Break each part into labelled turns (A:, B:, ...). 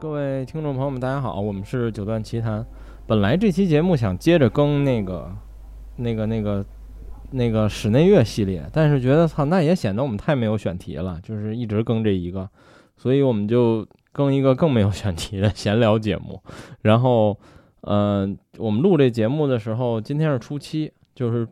A: 各位听众朋友们，大家好，我们是九段奇谈。本来这期节目想接着更那个、那个、那个、那个室内乐系列，但是觉得操，那也显得我们太没有选题了，就是一直更这一个，所以我们就更一个更没有选题的闲聊节目。然后，呃，我们录这节目的时候，今天是初七，就是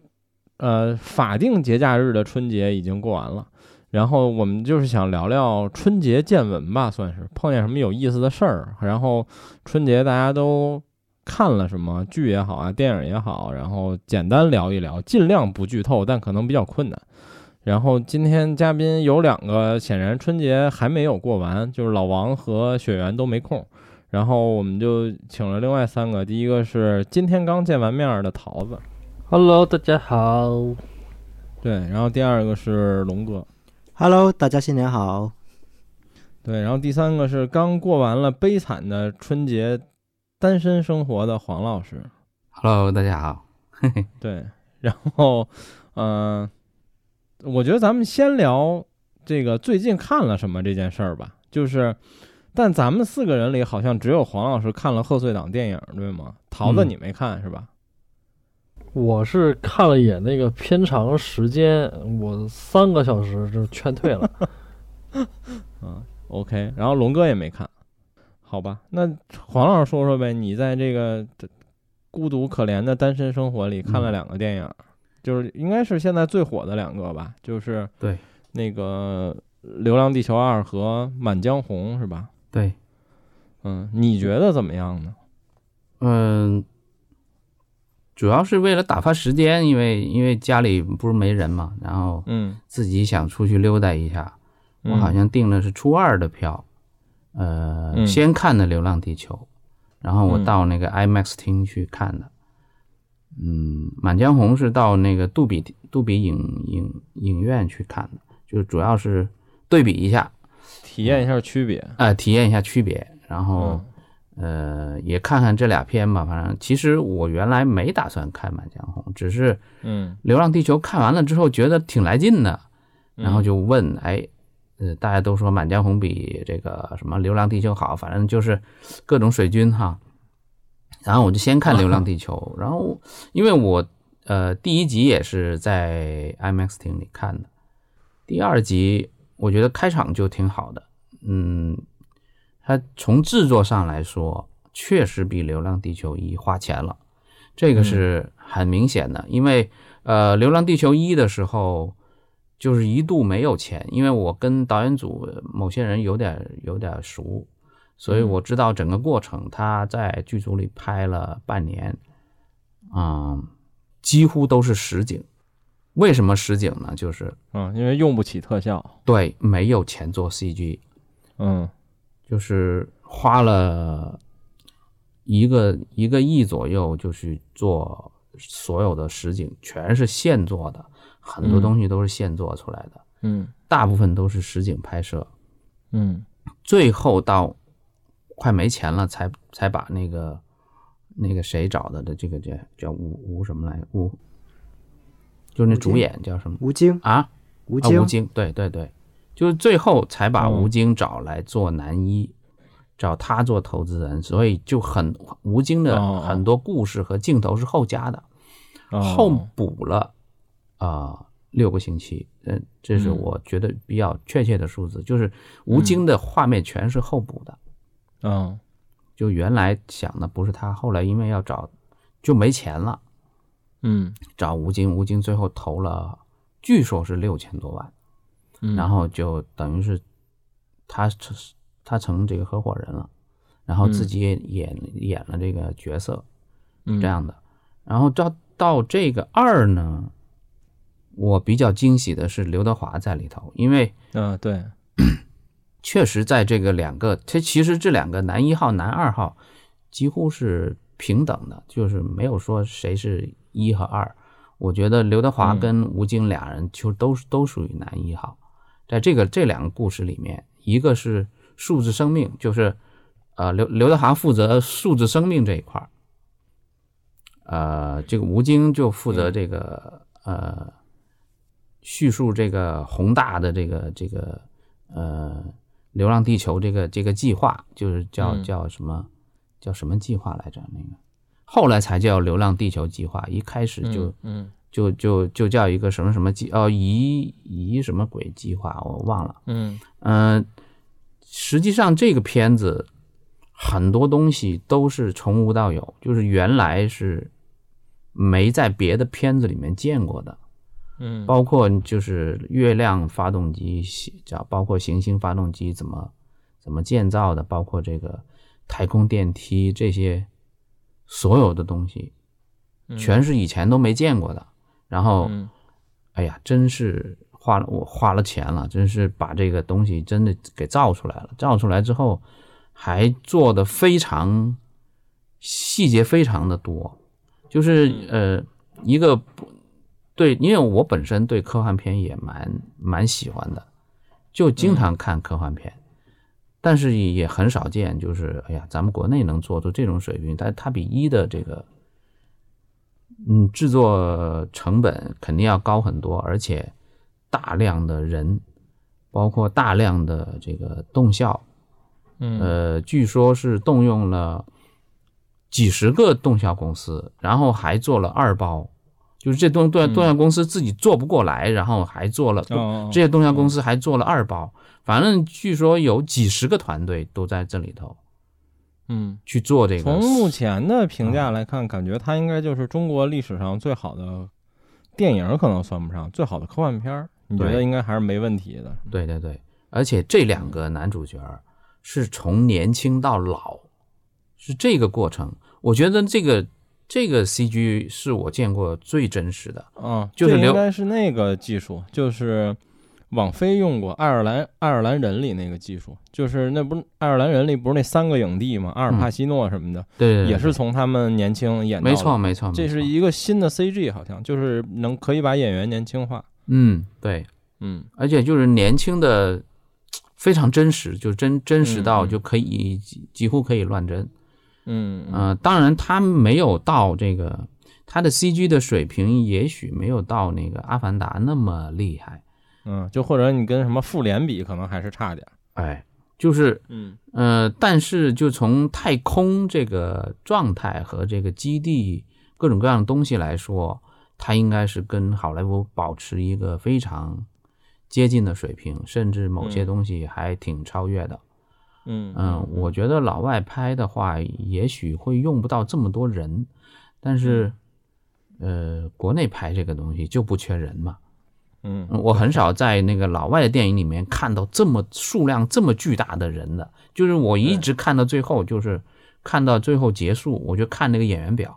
A: 呃法定节假日的春节已经过完了。然后我们就是想聊聊春节见闻吧，算是碰见什么有意思的事儿。然后春节大家都看了什么剧也好啊，电影也好，然后简单聊一聊，尽量不剧透，但可能比较困难。然后今天嘉宾有两个，显然春节还没有过完，就是老王和雪原都没空。然后我们就请了另外三个，第一个是今天刚见完面儿的桃子，
B: Hello，大家好。
A: 对，然后第二个是龙哥，
C: Hello，大家新年好。
A: 对，然后第三个是刚过完了悲惨的春节单身生活的黄老师，
D: Hello，大家好。
A: 对，然后，嗯、我觉得咱们先聊这个最近看了什么这件事儿吧，就是，但咱们四个人里好像只有黄老师看了贺岁档电影，对吗？桃子
D: 嗯
A: 你没看、是吧？
B: 我是看了一眼那个片长时间，我三个小时就劝退了。
A: 嗯，OK，然后龙哥也没看，好吧？那黄老师说说呗，你在这个这孤独可怜的单身生活里看了
D: 嗯
A: 两个电影，就是应该是现在最火的两个吧，就是
D: 对
A: 那个《流浪地球二》和《满江红》是吧？
D: 对，
A: 嗯，你觉得怎么样呢？
D: 嗯，主要是为了打发时间，因为因为家里不是没人嘛，然后
A: 嗯，
D: 自己想出去溜达一下。我好像订的是初二的票，呃，
A: 嗯
D: 先看的《流浪地球》，然后我
A: 嗯
D: 到那个 IMAX 厅去看的。嗯，满江红》是到那个杜比杜比影影影院去看的，就主要是对比一下，
A: 体验一下区别。
D: 呃，体验一下区别，然后。
A: 嗯
D: 呃，也看看这俩片吧。反正其实我原来没打算看《满江红》，只是《
A: 嗯，
D: 流浪地球》看完了之后觉得挺来劲的，然后就问，哎，呃，大家都说《满江红》比这个什么《流浪地球》好，反正就是各种水军哈。然后我就先看《流浪地球》，然后因为我呃第一集也是在 IMAX 厅里看的，第二集我觉得开场就挺好的，嗯，它从制作上来说确实比《流浪地球一》花钱了，这个是很明显的，因为呃，《流浪地球一》的时候就是一度没有钱，因为我跟导演组某些人有点有点熟，所以我知道整个过程，他在剧组里拍了半年，嗯，几乎都是实景。为什么实景呢？就是
A: 嗯，因为用不起特效。
D: 对没有钱做 CG，
A: 嗯
D: 就是花了一个一个亿左右，就去做所有的实景，全是现做的，很多
A: 嗯
D: 东西都是现做出来的，
A: 嗯
D: 大部分都是实景拍摄。
A: 嗯
D: 最后到快没钱了才，才把那个那个谁找的的这个叫叫吴吴什么来着吴，就是那主演叫什么
C: 吴京，
D: 啊？
C: 吴
D: 啊
C: 京，
D: 吴京，对对对，就是最后才把
A: 嗯
D: 吴京找来做男一，找他做投资人，所以就很吴京
A: 哦
D: 的很多故事和镜头是后加的，
A: 哦
D: 后补了啊、呃六个星期，嗯，这是
A: 嗯
D: 我觉得比较确切的数字，就是吴京的画面全是后补的，
A: 嗯
D: 就原来想的不是他，后来因为要找就没钱了，
A: 嗯
D: 找吴京，吴京最后投了，据说是六千多万。
A: 嗯，
D: 然后就等于是他成他成这个合伙人了，然后自
A: 嗯
D: 己也演、演了这个角色
A: 嗯
D: 这样的。然后到到这个二呢，我比较惊喜的是刘德华在里头，因为
A: 嗯对
D: 确实在这个两个，这其实这两个男一号、男二号几乎是平等的，就是没有说谁是一和二。我觉得刘德华
A: 嗯
D: 跟吴京俩人就都是、都属于男一号，在这个这两个故事里面，一个是数字生命，就是呃刘刘德华负责数字生命这一块儿，呃，这个吴京就负责这个、呃叙述这个宏大的这个这个呃流浪地球》这个这个计划，就是叫
A: 嗯
D: 叫什么叫什么计划来着？那个后来才叫《流浪地球》计划，一开始就、
A: 嗯
D: 就就就叫一个什么什么计哦，移移什么鬼计划，我忘了。
A: 嗯
D: 嗯，实际上这个片子很多东西都是从无到有，就是原来是没在别的片子里面见过的，
A: 嗯
D: 包括就是月亮发动机，叫包括行星发动机怎么怎么建造的，包括这个太空电梯这些所有的东西，
A: 嗯
D: 全是以前都没见过的。然后，
A: 嗯
D: 哎呀，真是花了我花了钱了，真是把这个东西真的给造出来了。造出来之后，还做的非常细节非常的多，就是
A: 嗯
D: 呃一个不对，因为我本身对科幻片也蛮蛮喜欢的，就经常看科幻片。但是也很少见，就是哎呀，咱们国内能做出这种水平，但是它比一的这个嗯，制作成本肯定要高很多，而且大量的人，包括大量的这个动效，
A: 嗯
D: 呃，据说是动用了几十个动效公司，然后还做了二包，就是这动动动效公司自己做不过来，然后还做了
A: 嗯哦
D: 这些动效公司还做了二包，反正据说有几十个团队都在这里头
A: 嗯，
D: 去做这个。啊
A: 从目前的评价来看，感觉它应该就是中国历史上最好的电影，可能算不上最好的科幻片儿。你觉
D: 对
A: 得应该还是没问题的？
D: 对对对，而且这两个男主角儿是从年轻到老，是这个过程。我觉得这个这个 CG 是我见过最真实的。
A: 嗯，
D: 就是
A: 这
D: 刘
A: 应该是那个技术，就是网飞用过爱尔兰爱尔兰人里那个技术，就是那不是爱尔兰人里不是那三个影帝嘛，阿尔帕西诺什么的，
D: 对嗯对对
A: 也是从他们年轻演到
D: 没错
A: 的，
D: 没错，
A: 这
D: 没
A: 是
D: 错
A: 一个新的 CG，好像就是能可以把演员年轻化。
D: 嗯对，
A: 嗯
D: 而且就是年轻的非常真实，就真真实到
A: 嗯嗯
D: 就可以几几乎可以乱真。
A: 嗯嗯
D: 呃，当然他没有到这个他的 CG 的水平，也许没有到那个《阿凡达》那么厉害。
A: 嗯，就或者你跟什么复联比，可能还是差点儿。
D: 哎，就是
A: 嗯
D: 呃，但是就从太空这个状态和这个基地各种各样的东西来说，它应该是跟好莱坞保持一个非常接近的水平，甚至某些
A: 嗯
D: 东西还挺超越的。
A: 嗯
D: 嗯，我觉得老外拍的话，也许会用不到这么多人，但
A: 嗯
D: 是，呃，国内拍这个东西就不缺人嘛。
A: 嗯
D: 嗯我很少在那个老外的电影里面看到这么数量这么巨大的人的，就是我一直看到最后，就是看到最后结束，我就看那个演员表，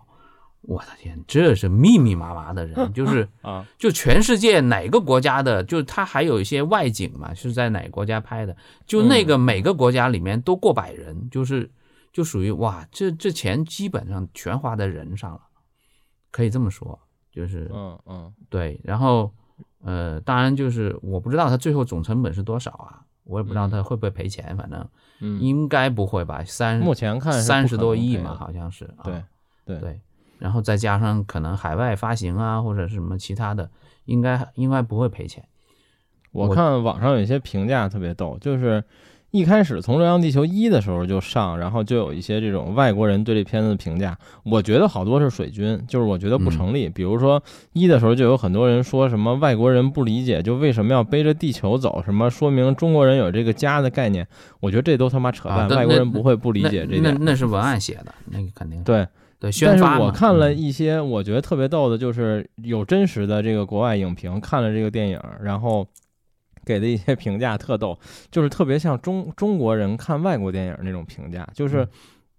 D: 我的天，这是密密麻麻的人，就是
A: 啊
D: 就全世界哪个国家的，就是他还有一些外景嘛，是在哪个国家拍的，就
A: 嗯
D: 那个每个国家里面都过百人，就是就属于哇，这这钱基本上全花在人上了，可以这么说，就是
A: 嗯嗯
D: 对，然后呃，当然就是我不知道它最后总成本是多少啊，我也不知道它会不会赔钱，反正
A: 嗯，
D: 应该不会吧，三
A: 目前看是不
D: 三十
A: 可
D: 多
A: 能
D: 亿
A: 赔
D: 嘛，
A: 的
D: 好像是、啊，
A: 对对
D: 对，然后再加上可能海外发行啊或者是什么其他的，应该应该不会赔钱。
A: 我
D: 我
A: 看网上有一些评价特别逗，就是一开始从《流浪地球一》的时候就上，然后就有一些这种外国人对这片子的评价，我觉得好多是水军，就是我觉得不成
D: 嗯
A: 立。比如说一的时候就有很多人说什么外国人不理解，就为什么要背着地球走，什么说明中国人有这个家的概念，我觉得这都他妈扯淡，
D: 啊那
A: 外国人不会不理
D: 那
A: 解这
D: 那
A: 点。
D: 那是文案写的，那个肯定
A: 对，
D: 对宣
A: 但是
D: 发嘛
A: 我看了
D: 嗯
A: 一些我觉得特别逗的，就是有真实的这个国外影评看了这个电影，然后给的一些评价特逗，就是特别像中中国人看外国电影那种评价，就是。
D: 嗯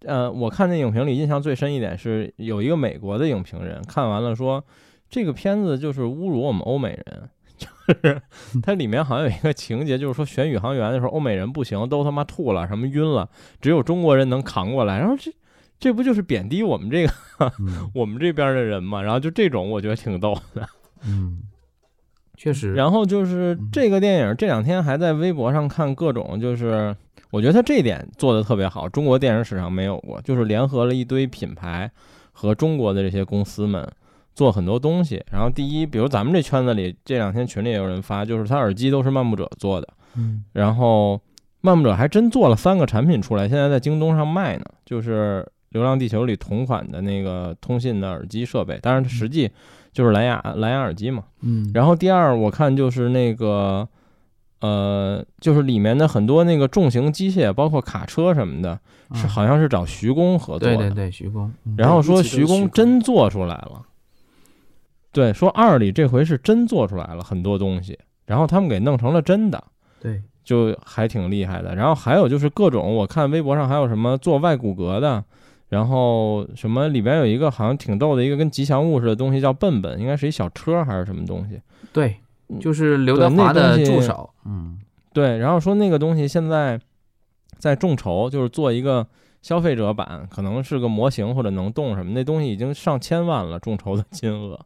A: 呃，我看那影评里印象最深一点是有一个美国的影评人看完了说，这个片子就是侮辱我们欧美人， 就是
D: 嗯
A: 它里面好像有一个情节，就是说选宇航员的时候，欧美人不行，都他妈吐了，什么晕了，只有中国人能扛过来，然后这这不就是贬低我们这个
D: 嗯
A: 我们这边的人嘛，然后就这种我觉得挺逗的。
D: 嗯，确实，
A: 然后就是这个电影这两天还在微博上看各种，就是我觉得他这点做的特别好，中国电影史上没有过，就是联合了一堆品牌和中国的这些公司们做很多东西。然后第一，比如咱们这圈子里这两天群里也有人发，就是他耳机都是漫步者做的，
D: 嗯
A: 然后漫步者还真做了三个产品出来，现在在京东上卖呢，就是《流浪地球》里同款的那个通信的耳机设备，当然它实际就是蓝牙蓝牙耳机嘛。
D: 嗯，
A: 然后第二，我看就是那个，呃，就是里面的很多那个重型机械，包括卡车什么的，是
D: 嗯
A: 好像是找徐工合作
D: 对
A: 的。
D: 对对，徐工，嗯
A: 然后说
E: 对一直
A: 徐
E: 都是徐
A: 工
E: 工
A: 真做出来了，对，说二里这回是真做出来了很多东西，然后他们给弄成了真的，
D: 对，
A: 就还挺厉害的。然后还有就是各种，我看微博上还有什么做外骨骼的，然后什么里边有一个好像挺逗的一个跟吉祥物似的东西叫笨笨，应该是一小车还是什么东西。
D: 对，就是刘
A: 嗯对
D: 德
A: 那
D: 华的
A: 东西
D: 助手，嗯，
A: 对，然后说那个东西现在在众筹，就是做一个消费者版，可能是个模型或者能动什么，那东西已经上千万了，众筹的金额，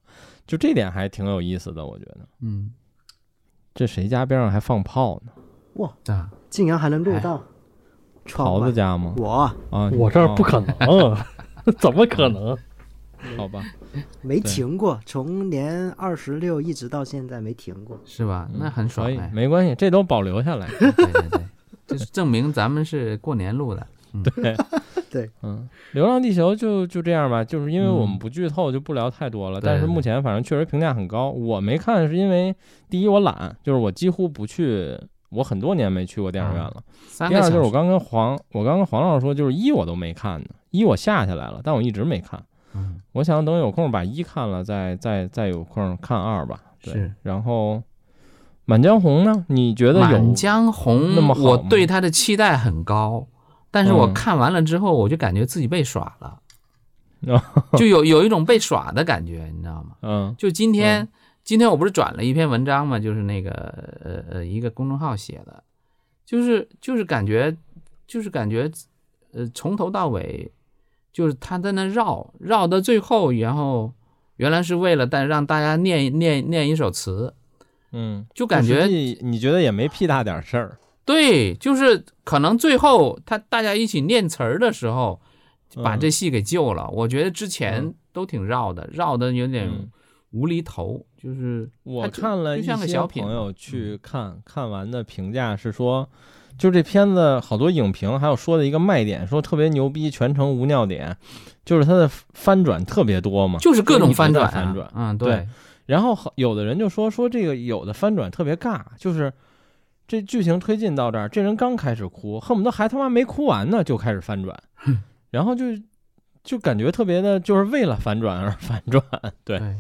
A: 就这点还挺有意思的，我觉得。
D: 嗯，
A: 这谁家边上还放炮呢？
D: 啊，
C: 竟然还能录到，
A: 哎桃子家吗？
C: 我啊
A: 啊，
B: 我这儿不
A: 哦
B: 可能， 怎么可能？
A: 好吧？
C: 没停过，从年二十六一直到现在没停过。
D: 是吧？那很爽
A: 嗯可以，
D: 哎，
A: 没关系，这都保留下来。
D: 对对对，这是证明咱们是过年录的，
A: 嗯，《流浪地球就》就这样吧，就是因为我们
D: 嗯
A: 不剧透，就不聊太多了。
D: 对
A: 但是
D: 对
A: 目前反正确实评价很高，我没看是因为第一我懒，就是我几乎不去，我很多年没去过电影院了。
D: 三
A: 第
D: 啊个
A: 二
D: 小
A: 就是我
D: 时，
A: 刚跟黄，我刚跟黄老师说，就是一我都没看呢，一我下下来了，但我一直没看。
D: 嗯，
A: 我想等有空把一看了，再再再有空看二吧。对
D: 是，
A: 然后《满江红》呢？你觉得有
D: 满江红
A: 那么》，好
D: 我
A: 吗
D: 对他的期待很高，但是我
A: 嗯，
D: 看完了之后，我就感觉自己被耍了就有有一种被耍的感觉，你知道吗？
A: 嗯
D: 就今天，今天我不是转了一篇文章嘛，就是那个呃呃一个公众号写的，就是就是感觉就是感觉呃从头到尾就是他在那绕绕到最后，然后原来是为了但让大家念念念一首词，
A: 嗯，
D: 就感觉
A: 实际你觉得也没屁大点事儿，
D: 对，就是可能最后他大家一起念词儿的时候，把
A: 嗯
D: 这戏给救了。我觉得之前
A: 嗯
D: 都挺绕的，绕的有
A: 嗯
D: 点无厘头，就是
A: 我
D: 它就
A: 看了一
D: 就像个
A: 些
D: 小品嗯
A: 朋
D: 嘛
A: 友去看看完的评价是说，就这片子好多影评还有说的一个卖点，说特别牛逼，全程无尿点，就是它的翻转特别多嘛。
D: 就是各
A: 就一
D: 种
A: 直
D: 翻
A: 在
D: 转、啊，
A: 翻转
D: 嗯，
A: 对，然后好有的人就说说这个有的翻转特别尬，就是这剧情推进到这儿，这人刚开始哭，恨不得还他妈没哭完呢就开始翻转，然后就就感觉特别的，就是为了反转而反转。对
D: 对，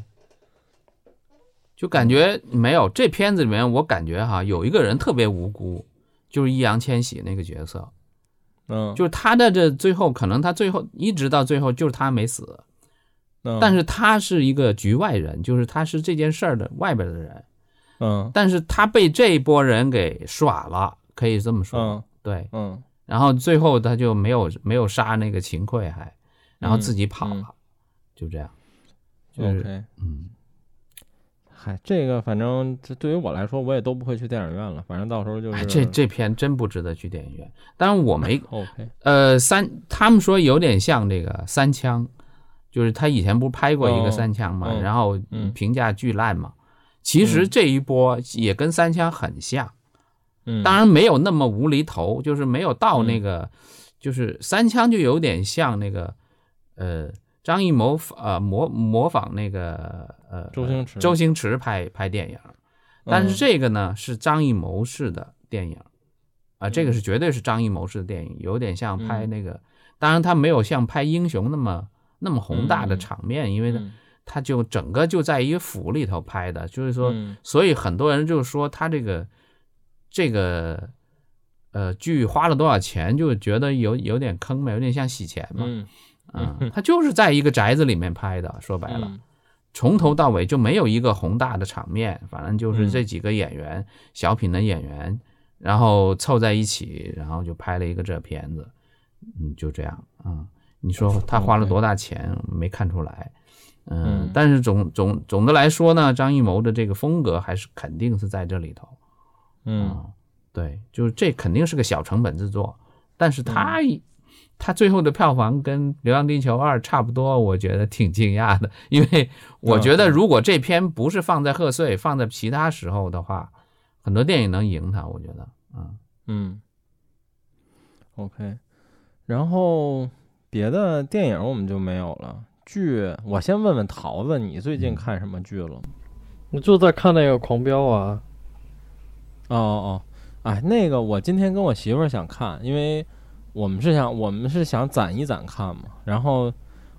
D: 就感觉没有这片子里面，我感觉哈有一个人特别无辜，就是易烊千玺那个角色，
A: 嗯，
D: 就是他的这最后可能他最后一直到最后就是他没死，
A: 嗯
D: 但是他是一个局外人，就是他是这件事儿的外边的人，
A: 嗯
D: 但是他被这一波人给耍了，可以这么说，
A: 嗯
D: 对，
A: 嗯
D: 然后最后他就没有没有杀那个秦桧还，然后自己跑了，
A: 嗯
D: 就这样，就是
A: ，OK。
D: 嗯。
A: 嗨，这个反正这对于我来说，我也都不会去电影院了。反正到时候就是、
D: 哎，这这片真不值得去电影院。但是 我没，
A: OK，
D: 呃，三他们说有点像这个三枪，就是他以前不是拍过一
A: 哦
D: 个三枪嘛，
A: 嗯
D: 然后
A: 嗯
D: 评价巨烂嘛。其实
A: 嗯
D: 这一波也跟三枪很像，
A: 嗯，
D: 当然没有那么无厘头，就是没有到
A: 嗯
D: 那个，就是三枪就有点像那个，呃，张艺谋呃模模仿那个呃
A: 周星驰嗯
D: 周星驰拍拍电影，但是这个呢是张艺谋式的电影，啊，
A: 嗯
D: 这个是绝对是张艺谋式的电影，有点像拍那个，当然他没有像拍英雄那么那么宏大的
A: 嗯
D: 场面，因为呢
A: 嗯
D: 他就整个就在一个府里头拍的，就是说，
A: 嗯
D: 所以很多人就说他这个这个呃剧花了多少钱，就觉得有有点坑嘛，有点像洗钱嘛，
A: 嗯
D: 嗯，他就是在一个宅子里面拍的，说白了。
A: 嗯
D: 从头到尾就没有一个宏大的场面，反正就是
A: 嗯
D: 这几个演员、小品的演员，然后凑在一起，然后就拍了一个这片子，嗯，就这样啊、你说他花了多大钱？没看出来，嗯，
A: 嗯
D: 但是总总总的来说呢，张艺谋的这个风格还是肯定是在这里头，
A: 嗯
D: 啊对，就是这肯定是个小成本制作，但是他、他最后的票房跟《流浪地球二》差不多，我觉得挺惊讶的，因为我觉得如果这片不是放在贺岁，放在其他时候的话，很多电影能赢它，我觉得，嗯，
A: 嗯， OK，然后别的电影我们就没有了。剧，我先问问桃子，你最近看什么剧了吗？
B: 我就在看那个《狂飙》啊，
A: 哦哦，哎，那个我今天跟我媳妇儿想看，因为我们是想我们是想攒一攒看嘛，然后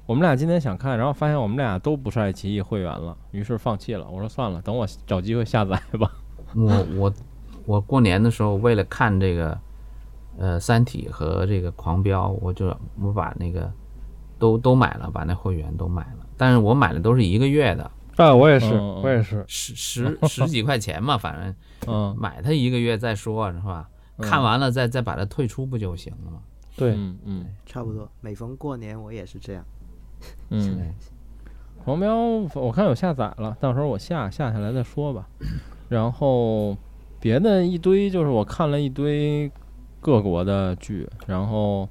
A: 我们俩今天想看，然后发现我们俩都不是爱奇艺会员了，于是放弃了。我说算了，等我找机会下载吧。
D: 我我我过年的时候为了看这个呃《三体》和这个《狂飙》，我就我把那个都都买了，把那会员都买了。但是我买的都是一个月的，
B: 哎，我也
A: 嗯
B: 是，
A: 嗯
B: 我也是，
D: 十十十几块钱嘛，反正
A: 嗯，
D: 买它一个月再说，是吧？
A: 嗯
D: 看完了再再把它退出不就行了吗？
B: 对，
A: 嗯嗯
C: 差不多。每逢过年我也是这样，
A: 嗯，狂飙我看有下载了，到时候我下下下来再说吧。然后别的一堆就是我看了一堆各国的剧，然后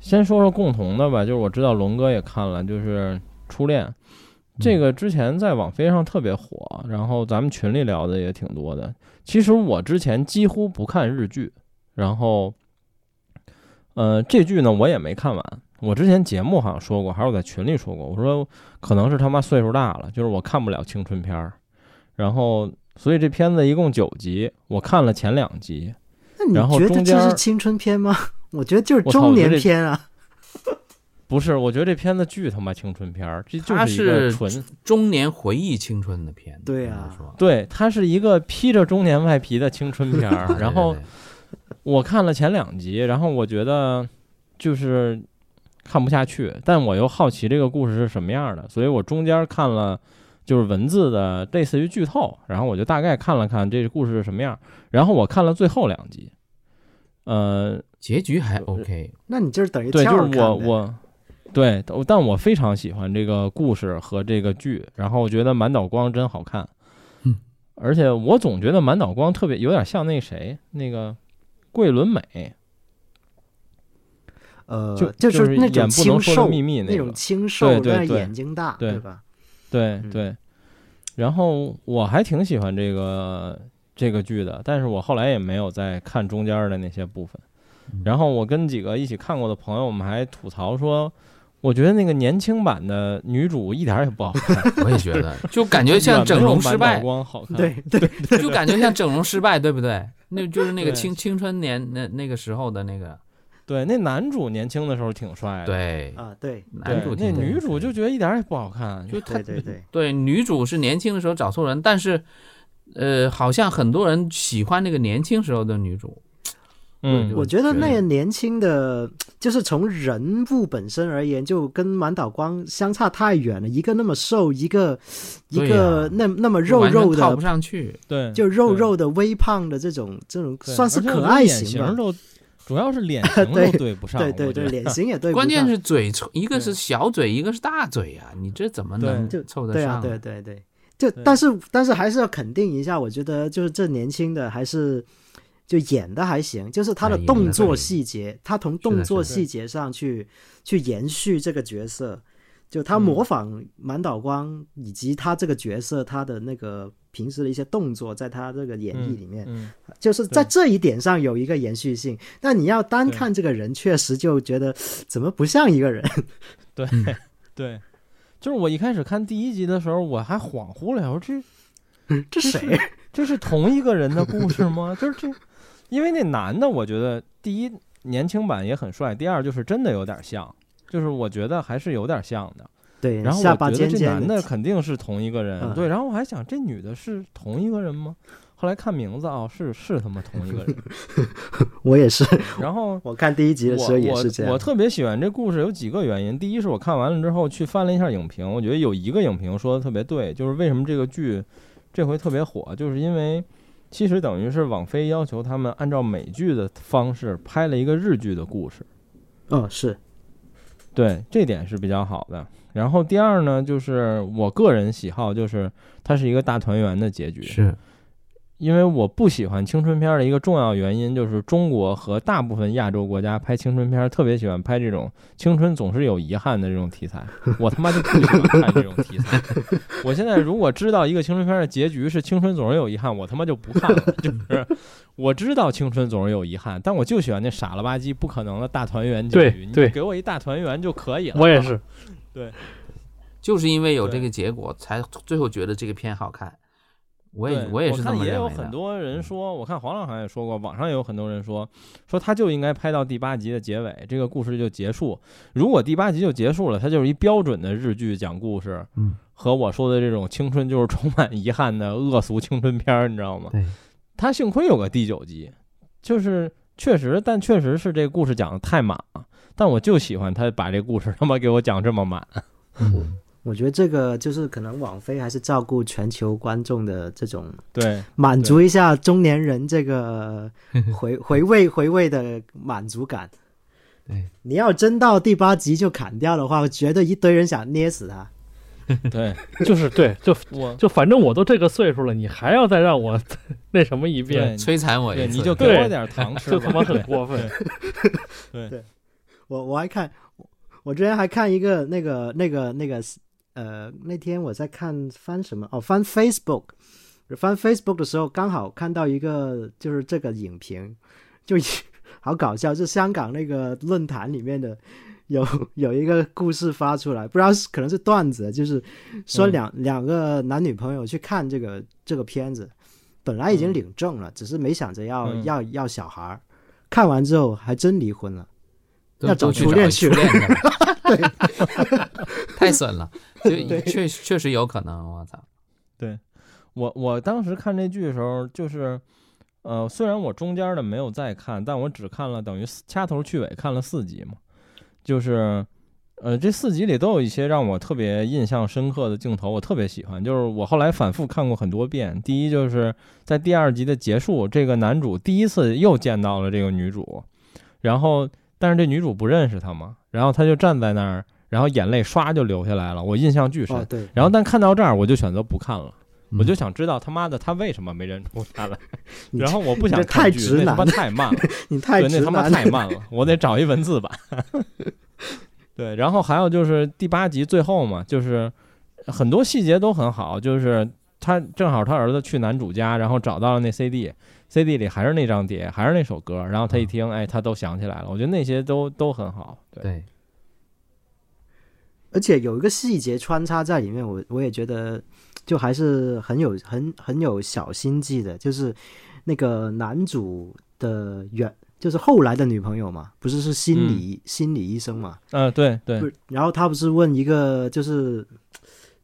A: 先说说共同的吧，就是我知道龙哥也看了，就是《初恋》这个之前在网飞上特别火，然后咱们群里聊的也挺多的。其实我之前几乎不看日剧，然后呃这剧呢我也没看完。我之前节目好像说过，还是我在群里说过，我说可能是他妈岁数大了，就是我看不了青春片儿。然后，所以这片子一共九集，我看了前两集。
C: 那你
A: 然后
C: 觉
A: 中
C: 得
A: 间
C: 这
A: 儿
C: 是青春片吗？ 我觉得就是
A: 我操我
C: 中
A: 觉得这
C: 年片啊。
A: 不是，我觉得这片子巨他妈青春片儿，这就
D: 它
A: 一个
D: 是
A: 纯
D: 中年回忆青春的片子，
C: 对
D: 应该
C: 啊
D: 说
A: 对，它是一个披着中年外皮的青春片 儿。然后
D: 对对对
A: 我看了前两集，然后我觉得就是看不下去，但我又好奇这个故事是什么样的，所以我中间看了就是文字的类似于剧透，然后我就大概看了看这个故事是什么样，然后我看了最后两集，呃，
D: 结局还 OK，
C: 那你就是等于
A: 对，
C: 跳着
A: 就是我
C: 看呗
A: 我，对，我但我非常喜欢这个故事和这个剧，然后我觉得满岛光真好看，
D: 嗯
A: 而且我总觉得满岛光特别有点像那谁那个桂纶镁，
C: 呃，
A: 就
C: 就是那
A: 演
C: 种
A: 不能
C: 清
A: 说的
C: 瘦
A: 秘密
C: 那
A: 个
C: 种，清瘦，
A: 对对
C: 但是
A: 对
C: 眼睛大，
A: 对
C: 吧？
A: 对
C: 嗯
A: 对。然后我还挺喜欢这个这个剧的，但是我后来也没有再看中间的那些部分。
C: 嗯
A: 然后我跟几个一起看过的朋友，我们还吐槽说，我觉得那个年轻版的女主一点儿也不好看。
D: 我也觉 得，就感觉像整容失败，
A: 光好看。
C: 对对，
D: 就感觉像整容失败，对不 对？那就是那个
A: 对
D: 青青春年那那个时候的那个，
A: 对，那男主年轻的时候挺帅的，
D: 对，
C: 啊，对
A: 哎对，
D: 男主
A: 那
D: 挺
A: 女主就觉得一点儿也不好看，就
C: 对对对，
D: 对女主是年轻的时候找错人，但是呃，好像很多人喜欢那个年轻时候的女主，
A: 嗯，
C: 我觉得
D: 觉
C: 那
D: 得
C: 个年轻的，就是从人物本身而言，就跟满岛光相差太远了。一个那么瘦，一个一
D: 对
C: 个
D: 呀
C: 那那么
D: 就
C: 肉
D: 完全
C: 肉
D: 套
C: 的
D: 不，上去。
A: 对，
C: 就肉
A: 对，
C: 肉的微胖的这种这种，
A: 对
C: 算是
A: 而且我觉得
C: 可爱
A: 脸
C: 型
A: 型
C: 吧。
A: 都，主要是脸型
C: 对
A: 都对不上，
C: 对对
A: 我觉
C: 对，
A: 得
C: 脸型也对不上，
D: 关键是嘴臭，一个是小嘴，一个是大嘴呀、你这怎么能
C: 对就
D: 凑得
C: 对
D: 上
C: 啊，对
D: 呢？
C: 对对，就
A: 对
C: 但是但是还是要肯定一下，我觉得就是这年轻的还是就演的还行，就是他
D: 哎
C: 的
D: 演得
C: 动
D: 对
C: 作细节，他从
D: 是
C: 动
D: 的
C: 作
D: 是
A: 的
C: 细节上去去延续这个角色，就他模仿满岛光以及他这个角色他的那个平时的一些动作，在他这个演绎里面，
A: 嗯，
C: 就是在
A: 对
C: 这一点上有一个延续性。但你要单
A: 对
C: 看这个人，确实就觉得 怎么不像一个人。
A: 对对，就是我一开始看第一集的时候，我还恍惚了，我说这
C: 这
A: 是
C: 谁？
A: 这是同一个人的故事吗？ 就是这，因为那男的，我觉得第一年轻版也很帅，第二就是真的有点像，就是我觉得还是有点像的。
C: 对，
A: 然后
C: 嗯下巴
A: 我觉
C: 尖
A: 得这
C: 尖
A: 男 的肯定是同一个人，
C: 嗯
A: 对。然后我还想这女的是同一个人吗？后来看名字啊、是是他妈同一个 人。
C: 我也是。
A: 然后
C: 我看第一集的时候
A: 我
C: 也
A: 我
C: 是这样。
A: 我特别喜欢这故事有几个原因，第一是我看完了之后去翻了一下影评，我觉得有一个影评说的特别对，就是为什么这个剧这回特别火，就是因为其实等于是网飞要求他们按照美剧的方式拍了一个日剧的故事。
C: 嗯，是
A: 对，这点是比较好的。然后第二呢，就是我个人喜好，就是它是一个大团圆的结局，
D: 是
A: 因为我不喜欢青春片儿的一个重要原因，就是中国和大部分亚洲国家拍青春片儿特别喜欢拍这种青春总是有遗憾的这种题 材。我他妈就不喜欢看这种题材。我现在如果知道一个青春片儿的结局是青春总是有遗憾，我他妈就不看了。 就是我知道青春总是有遗憾，但我就喜欢那傻了吧唧不可能的大团圆结
B: 对
A: 局。
B: 对
A: 你给我一大团圆就可以了。
B: 我也是，
D: 就是因为有
A: 对
D: 这个结果，才最后觉得这个片好看。我
A: 对，
D: 也我也是这
A: 看
D: 么
A: 也
D: 认
A: 有
D: 为
A: 很
D: 的。嗯
A: 多人说，我看黄老好像也说过，网上也有很多人说，说他就应该拍到第八集的结尾，这个故事就结束。如果第八集就结束了，它就是一标准的日剧讲故事，
D: 嗯，
A: 和我说的这种青春就是充满遗憾的恶俗青春片儿，你知道吗？
D: 对，
A: 他幸亏有个第九集，就是确实，但确实是这故事讲的太满了。但我就喜欢他把这故事他妈给我讲这么满，
D: 嗯
C: 我觉得这个就是可能网飞还是照顾全球观众的这种
A: 对，
C: 满足一下中年人这个回 回味回味的满足感。
D: 对，
C: 你要真到第八集就砍掉的话，绝对一堆人想捏死他。
A: 对
B: 就是对，就
A: 我。
B: 就反正我都这个岁数了，你还要再让我 那什么一遍，
A: 对，
D: 摧残我一
A: 对，
D: 次，
A: 你就给
B: 对
A: 我点糖吃吧，
B: 就他妈很
A: 对
B: 过分。
C: 我我还看，我之前还看一个那个那个那个呃，那天我在看翻什么哦，翻 Facebook，翻 Facebook 的时候刚好看到一个就是这个影评，就好搞笑，就香港那个论坛里面的。有有一个故事发出来，不知道是可能是段子，就是说
A: 嗯
C: 两、两个男女朋友去看这个这个片子，本来已经
A: 嗯
C: 领证了，只是没想着要、
A: 嗯
C: 要要小孩儿，看完之后还真离婚了。
D: 都
C: 要找
D: 都去
C: 初
D: 找
C: 恋
D: 初
C: 去
D: 恋去了， 太损了，就确确实有可能，我操，
A: 我我当时看这剧的时候，就是，呃，虽然我中间的没有再看，但我只看了等于四掐头去尾看了四集嘛，就是，呃，这四集里都有一些让我特别印象深刻的镜头，我特别喜欢。就是我后来反复看过很多遍。第一就是在第二集的结束，这个男主第一次又见到了这个女主，然后但是这女主不认识他嘛，然后他就站在那儿，然后眼泪唰就流下来了，我印象巨深。
C: 哦，对，
A: 然后但看到这儿，我就选择不看了。
D: 嗯
A: 我就想知道他妈的他为什么没认出他来，
C: 你
A: 然后我不
C: 你
A: 想
C: 这
A: 看
C: 太
A: 剧
C: 直
A: 那他
C: 男
A: 妈
C: 了
A: 太慢了，
C: 你 太
A: 对，
C: 直
A: 那他妈
C: 男了
A: 太。慢了，我得找一文字版。 对，然后还有就是第八集最后嘛，就是很多细节都很好，就是他正好他儿子去男主家，然后找到了那 CD，CD 里还是那张碟，还是那首歌，然后
C: 嗯
A: 他一听，哎，他都想起来了。我觉得那些都都很好，对，
D: 对，
C: 而且有一个细节穿插在里面，我我也觉得就还是很有很很有小心计的，就是那个男主的原就是后来的女朋友嘛，不是是心理、心理医生嘛，
A: 嗯、对对
C: 不，是，然后他不是问一个就是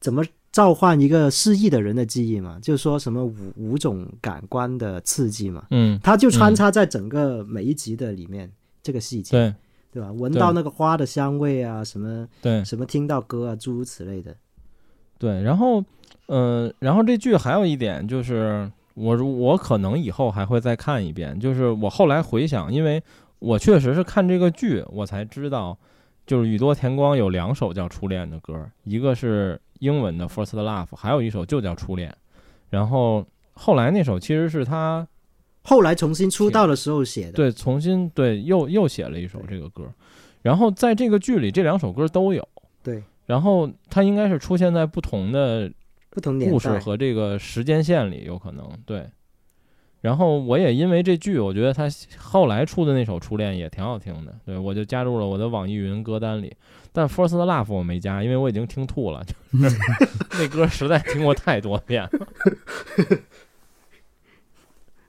C: 怎么召唤一个失忆的人的记忆嘛，就说什么五五种感官的刺激嘛，
A: 嗯，
C: 他就穿插在整个每一集的里面、这个细节，
A: 对
C: 对吧？闻
A: 对
C: 到那个花的香味啊，什么
A: 对。
C: 什么听到歌啊，诸如此类的。
A: 对，然后，嗯、然后这剧还有一点就是，我如我可能以后还会再看一遍。就是我后来回想，因为我确实是看这个剧，我才知道，就是宇多田光有两首叫《初恋》的歌，一个是英文的《First Love》，还有一首就叫《初恋》。然后后来那首其实是他
C: 后来重新出道的时候写的。，
A: 对，重新对又又写了一首这个歌，然后在这个剧里这两首歌都有。
C: 对，
A: 然后它应该是出现在不同的
C: 不同年
A: 故事
C: 代。
A: 和这个时间线里有可能对。然后我也因为这剧，我觉得他后来出的那首《初恋》也挺好听的，对我就加入了我的网易云歌单里。但《First Love》我没加，因为我已经听吐了，就是 那歌实在听过太多遍了。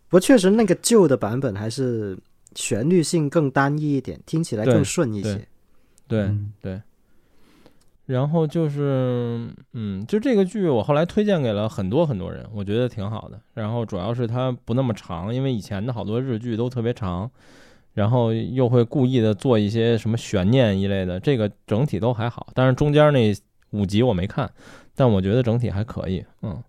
C: 不过确实那个旧的版本还是旋律性更单一一点，听起来
A: 对
C: 更顺一
A: 对
C: 些。
A: 对，
D: 嗯
A: 然后就是，嗯，就这个剧，我后来推荐给了很多很多人，我觉得挺好的。然后主要是它不那么长，因为以前的好多日剧都特别长，然后又会故意的做一些什么悬念一类的，这个整体都还好。但是中间那五集我没看，但我觉得整体还可以。嗯，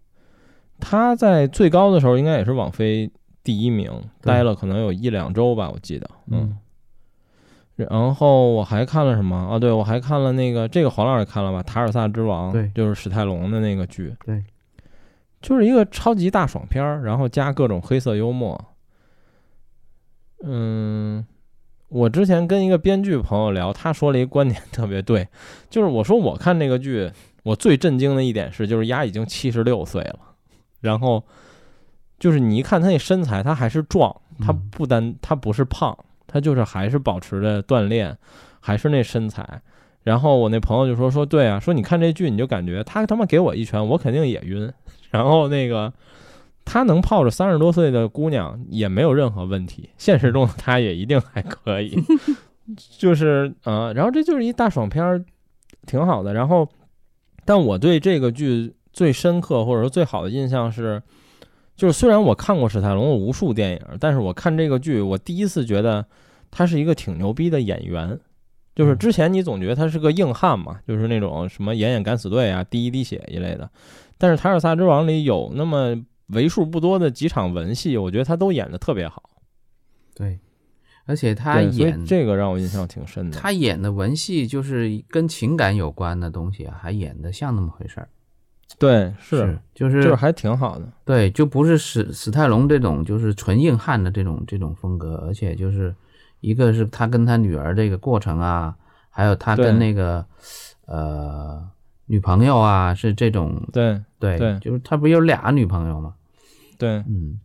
A: 它在最高的时候应该也是网飞第一名，
D: 对
A: 待了可能有一两周吧，我记得。嗯，然后我还看了什么啊？对，我还看了那个这个黄老师也看了吧，《塔尔萨之王》
D: 对
A: 就是史泰龙的那个剧。
D: 对，
A: 就是一个超级大爽片儿，然后加各种黑色幽默。嗯，我之前跟一个编剧朋友聊，他说了一个观点特别对，就是我说我看这个剧，我最震惊的一点是，就是丫已经七十六岁了，然后就是你一看他那身材，他还是壮，他
D: 嗯
A: 不单他不是胖，他就是还是保持着锻炼，还是那身材。然后我那朋友就说说对啊，说你看这剧你就感觉他他妈给我一拳，我肯定也晕。然后那个他能泡着三十多岁的姑娘也没有任何问题，现实中的他也一定还可以，就是呃，然后这就是一大爽片儿，挺好的。然后，但我对这个剧最深刻或者说最好的印象是，就是虽然我看过史泰龙的无数电影，但是我看这个剧，我第一次觉得他是一个挺牛逼的演员。就是之前你总觉得他是个硬汉嘛，就是那种什么演演敢死队啊、第一滴血一类的，但是《塔尔萨之王》里有那么为数不多的几场文戏，我觉得他都演得特别好。
D: 对，而且他
A: 对所以
D: 演
A: 这个让我印象挺深的。
D: 他演的文戏就是跟情感有关的东西啊，还演得像那么回事儿，
A: 对，是
D: 是，就是
A: 就是还挺好的。
D: 对，就不是史史泰龙这种就是纯硬汉的这种这种风格，而且就是一个是他跟他女儿这个过程啊，还有他跟
A: 对
D: 那个呃女朋友啊，是这种
A: 对
D: 对
A: 对
D: 就是他不有俩女朋友吗？
A: 对
D: 嗯，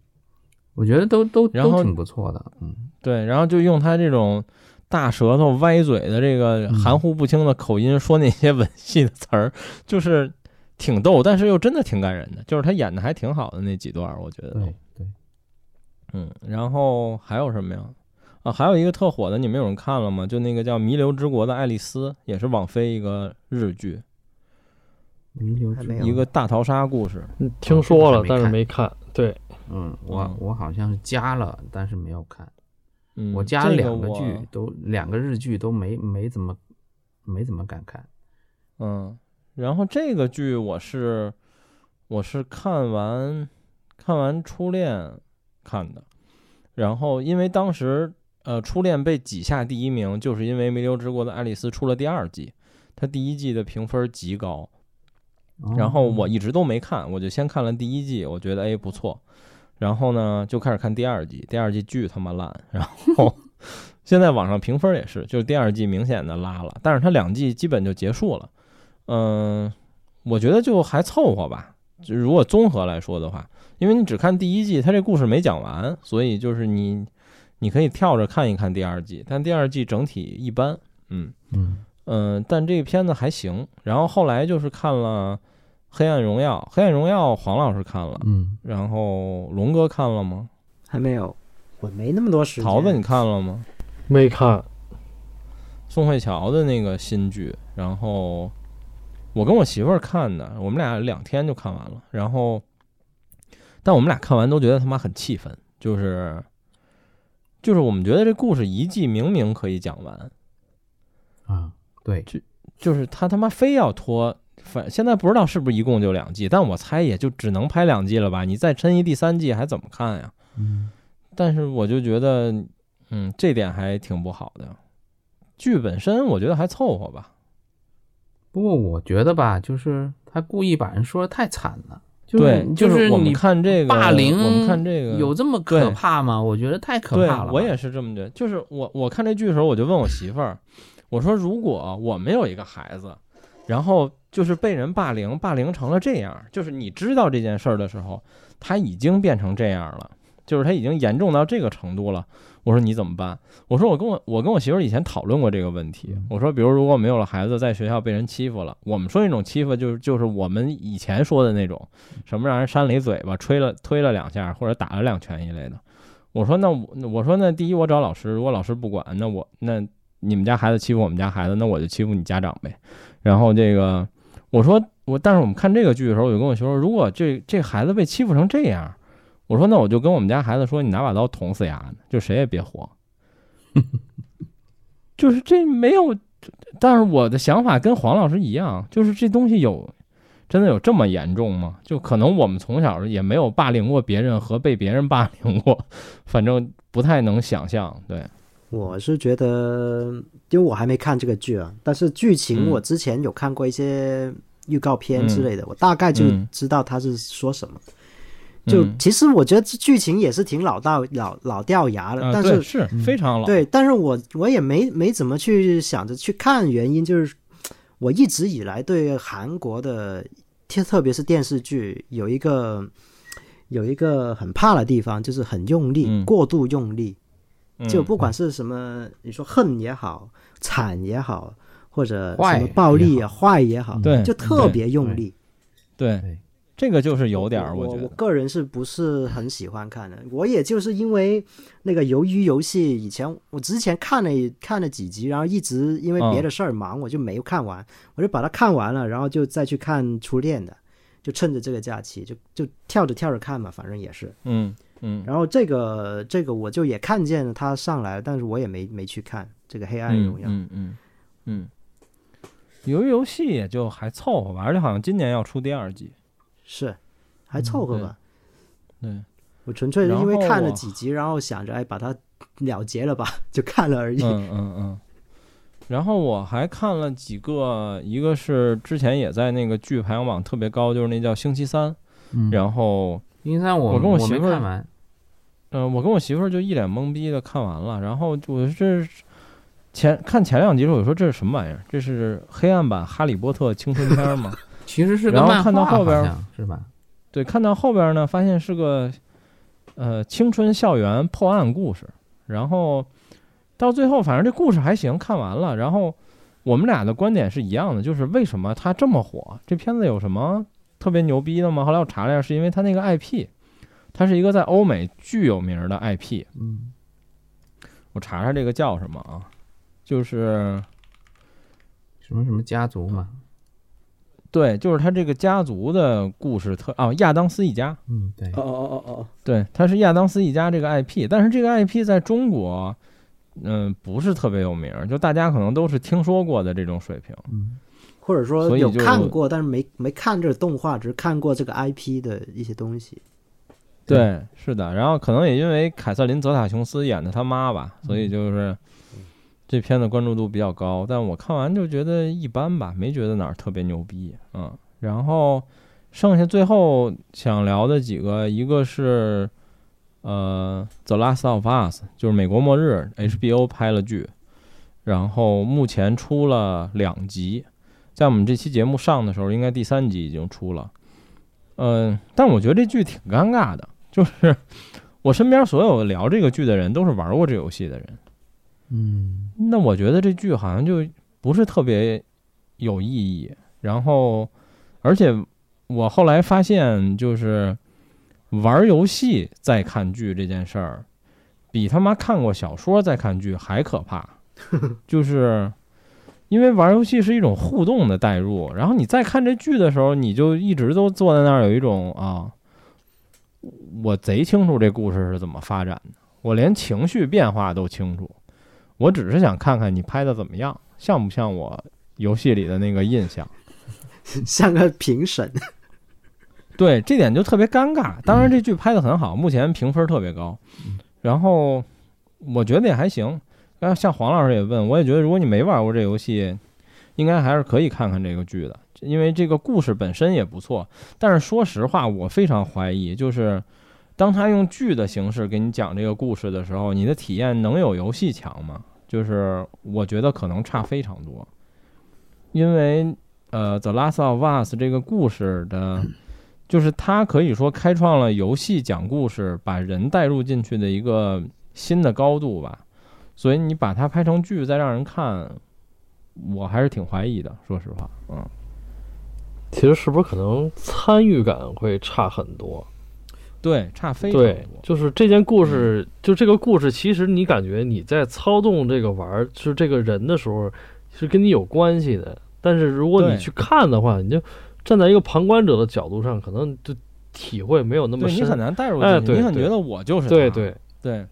D: 我觉得都都
A: 然后
D: 都挺不错的，嗯，
A: 对，然后就用他这种大舌头、歪嘴的这个
D: 嗯
A: 含糊不清的口音说那些文戏的词儿，就是挺逗，但是又真的挺感人的。就是他演的还挺好的那几段儿，我觉得。
D: 对对，
A: 嗯，然后还有什么呀？啊，还有一个特火的，你们有人看了吗？就那个叫《弥留之国的爱丽丝》，也是网飞一个日剧，
D: 弥留
C: 还
D: 之
C: 没有
A: 一个大逃杀故事。
B: 嗯听说
D: 还
B: 了
D: 没，
B: 但是
D: 看
B: 没看。对，
D: 嗯，我
A: 嗯
D: 我好像是加了，但是没有看。
A: 嗯，
D: 我加
A: 这
D: 了
A: 个
D: 两个
A: 我
D: 剧，都两个日剧都没没怎么没怎么敢看。
A: 嗯，然后这个剧我是我是看完看完《初恋》看的，然后因为当时呃《初恋》被挤下第一名，就是因为《弥留之国的爱丽丝》出了第二季，它第一季的评分极高，
D: 哦
A: 然后我一直都没看，我就先看了第一季，我觉得哎不错，然后呢就开始看第二季，第二季巨他妈烂，然后现在网上评分也是，就是第二季明显的拉了，但是它两季基本就结束了，嗯、我觉得就还凑合吧，就如果综合来说的话，因为你只看第一季，它这故事没讲完，所以就是你你可以跳着看一看第二季，但第二季整体一般，嗯。
D: 嗯
A: 嗯，但这个片子还行。然后后来就是看了《黑暗荣耀》，《黑暗荣耀》黄老师看了，
D: 嗯，
A: 然后龙哥看了吗？
C: 还没有，我没那么多时间。
A: 桃子你看了吗？
B: 没看。
A: 宋慧乔的那个新剧，然后我跟我媳妇儿看的，我们俩两天就看完了。然后，但我们俩看完都觉得他妈很气愤，就是就是我们觉得这故事一季明明可以讲完，
D: 啊，对，
A: 就是他他妈非要拖，反现在不知道是不是一共就两季，但我猜也就只能拍两季了吧？你再抻一第三季还怎么看呀？
D: 嗯
A: 但是我就觉得，嗯，这点还挺不好的。剧本身我觉得还凑合吧，
D: 不过我觉得吧，就是他故意把人说的太惨了，就是
A: 对，
D: 就是
A: 我们
D: 你
A: 看这个
D: 霸凌，
A: 我们看这个
D: 有这么可
A: 对
D: 怕吗？我觉得太可
A: 对
D: 怕了吧。
A: 我也是这么觉得。就是我我看这剧的时候，我就问我媳妇儿，我说如果我们有一个孩子，然后就是被人霸凌，霸凌成了这样，就是你知道这件事儿的时候，他已经变成这样了。就是他已经严重到这个程度了，我说你怎么办？我说我跟我我跟我媳妇儿以前讨论过这个问题。
D: 嗯
A: 我说，比如如果我们有了孩子，在学校被人欺负了，我们说那种欺负就是就是我们以前说的那种，什么让人扇了一嘴巴、吹了推了两下或者打了两拳一类的。我说那我我说那第一我找老师，如果老师不管，那我那你们家孩子欺负我们家孩子，那我就欺负你家长呗。然后这个我说我，但是我们看这个剧的时候，我就跟我媳妇说，如果这这孩子被欺负成这样，我说那我就跟我们家孩子说，你拿把刀捅死丫的，就谁也别活。就是这没有，但是我的想法跟黄老师一样，就是这东西有真的有这么严重吗？就可能我们从小也没有霸凌过别人和被别人霸凌过， 反正不太能想象。对，
C: 我是觉得，因为我还没看这个剧啊，但是剧情
A: 嗯
C: 我之前有看过一些预告片之类的，我大概就
A: 嗯
C: 知道他是说什么。就
A: 嗯
C: 其实我觉得这剧情也是挺老到老老掉牙了，
A: 啊
C: 但
A: 对
C: 是
A: 是
B: 嗯
A: 非常老，
C: 呃对，但是我我也没没怎么去想着去看，原因就是我一直以来对韩国的，特特别是电视剧有一个有一个很怕的地方，就是很用力，
A: 嗯
C: 过度用力，
A: 嗯，
C: 就不管是什么，你说恨也好，惨也好，或者
D: 坏
C: 什么暴力啊、坏也好，
A: 嗯对
C: 就特别用力。
A: 对
D: 对，
A: 这个就是有点儿，
C: 我
A: 觉
C: 我
A: 得，
C: 个人是不是很喜欢看的？我也就是因为那个鱿鱼游戏，以前我之前看了看了几集，然后一直因为别
A: 嗯
C: 的事儿忙，我就没有看完，我就把它看完了，然后就再去看《初恋》的，就趁着这个假期就就跳着跳着看嘛，反正也是。
A: 嗯嗯
C: 然后这个这个我就也看见了它上来了，但是我也没没去看这个《黑暗
A: 嗯
C: 荣耀》
A: 嗯嗯嗯，由于游戏也就还凑合吧，而且好像今年要出第二季，
C: 是还凑合吧。
A: 对，
C: 我纯粹是
A: 嗯然
C: 因为
A: 后
C: 看了
A: 我
C: 几集，然后想着哎把它了结了吧，就看了而已。
A: 嗯嗯嗯。然后我还看了几个，一个是之前也在那个剧排行榜特别高，就是那叫《星期三》，
D: 嗯，
A: 然后
D: 零三我
A: 我跟我媳
D: 没
A: 妇儿
D: 看完，
A: 嗯，我跟我媳妇儿就一脸懵逼的看完了，然后我这是前看前两集的时候，我说这是什么玩意儿？这是黑暗版《哈利波特》青春片儿吗？
D: 其实是个
A: 然后
D: 漫画，
A: 看到后边儿
D: 好像是吧？
A: 对，看到后边儿呢，发现是个呃青春校园破案故事，然后到最后，反正这故事还行，看完了，然后我们俩的观点是一样的，就是为什么它这么火？这片子有什么特别牛逼的吗？后来我查了一下，是因为它那个 IP，它是一个在欧美巨有名儿的 IP，
D: 嗯，
A: 我查查这个叫什么啊？就是
D: 什么什么家族嘛，
A: 对，就是他这个家族的故事特哦，亚当斯一家，
D: 嗯，对，
C: 哦哦哦哦，
A: 对，他是亚当斯一家这个 IP，但是这个 IP 在中国，嗯、不是特别有名儿，就大家可能都是听说过的这种水平。
D: 嗯，
C: 或者说
A: 所以
C: 有
A: 就
C: 看过，但是没没看这个动画，只是看过这个 IP 的一些东西。
A: 对，是的。然后可能也因为凯瑟琳·泽塔琼斯演的他妈吧，所以就是这片的关注度比较高。但我看完就觉得一般吧，没觉得哪儿特别牛逼。嗯，然后剩下最后想聊的几个，一个是呃《The Last of Us》，就是《美国末日》，HBO 拍了剧，然后目前出了两集，在我们这期节目上的时候，应该第三集已经出了。嗯，但我觉得这剧挺尴尬的，就是我身边所有聊这个剧的人都是玩过这游戏的人，
D: 嗯，
A: 那我觉得这剧好像就不是特别有意义。然后，而且我后来发现，就是玩游戏再看剧这件事儿，比他妈看过小说再看剧还可怕。就是因为玩游戏是一种互动的代入，然后你再看这剧的时候，你就一直都坐在那儿有一种啊，我贼清楚这故事是怎么发展的，我连情绪变化都清楚。我只是想看看你拍的怎么样，像不像我游戏里的那个印象。
C: 像个评审，
A: 对，这点就特别尴尬。当然，这剧拍的很好，目前评分特别高，然后我觉得也还行。然后像黄老师也问，我也觉得如果你没玩过这游戏，应该还是可以看看这个剧的，因为这个故事本身也不错。但是说实话，我非常怀疑，就是当他用剧的形式给你讲这个故事的时候，你的体验能有游戏强吗？就是我觉得可能差非常多，因为呃，《The Last of Us》这个故事的。就是它可以说开创了游戏讲故事、把人带入进去的一个新的高度吧。所以你把它拍成剧再让人看，我还是挺怀疑的，说实话，嗯，
B: 其实是不是可能参与感会差很多？
A: 对，差非常
B: 对
A: 多，，
B: 就是这件故
A: 嗯
B: 事，就这个故事，其实你感觉你在操纵这个玩儿，就是这个人的时候，是跟你有关系的。但是如果
A: 对
B: 你去看的话，你就站在一个旁观者的角度上，可能就体会没有那么
A: 对你
B: 深。
A: 很难带入
B: 哎
A: 进去，
B: 对
A: 你很
B: 对
A: 觉得我就是
B: 对
A: 他
B: 对，
A: 对，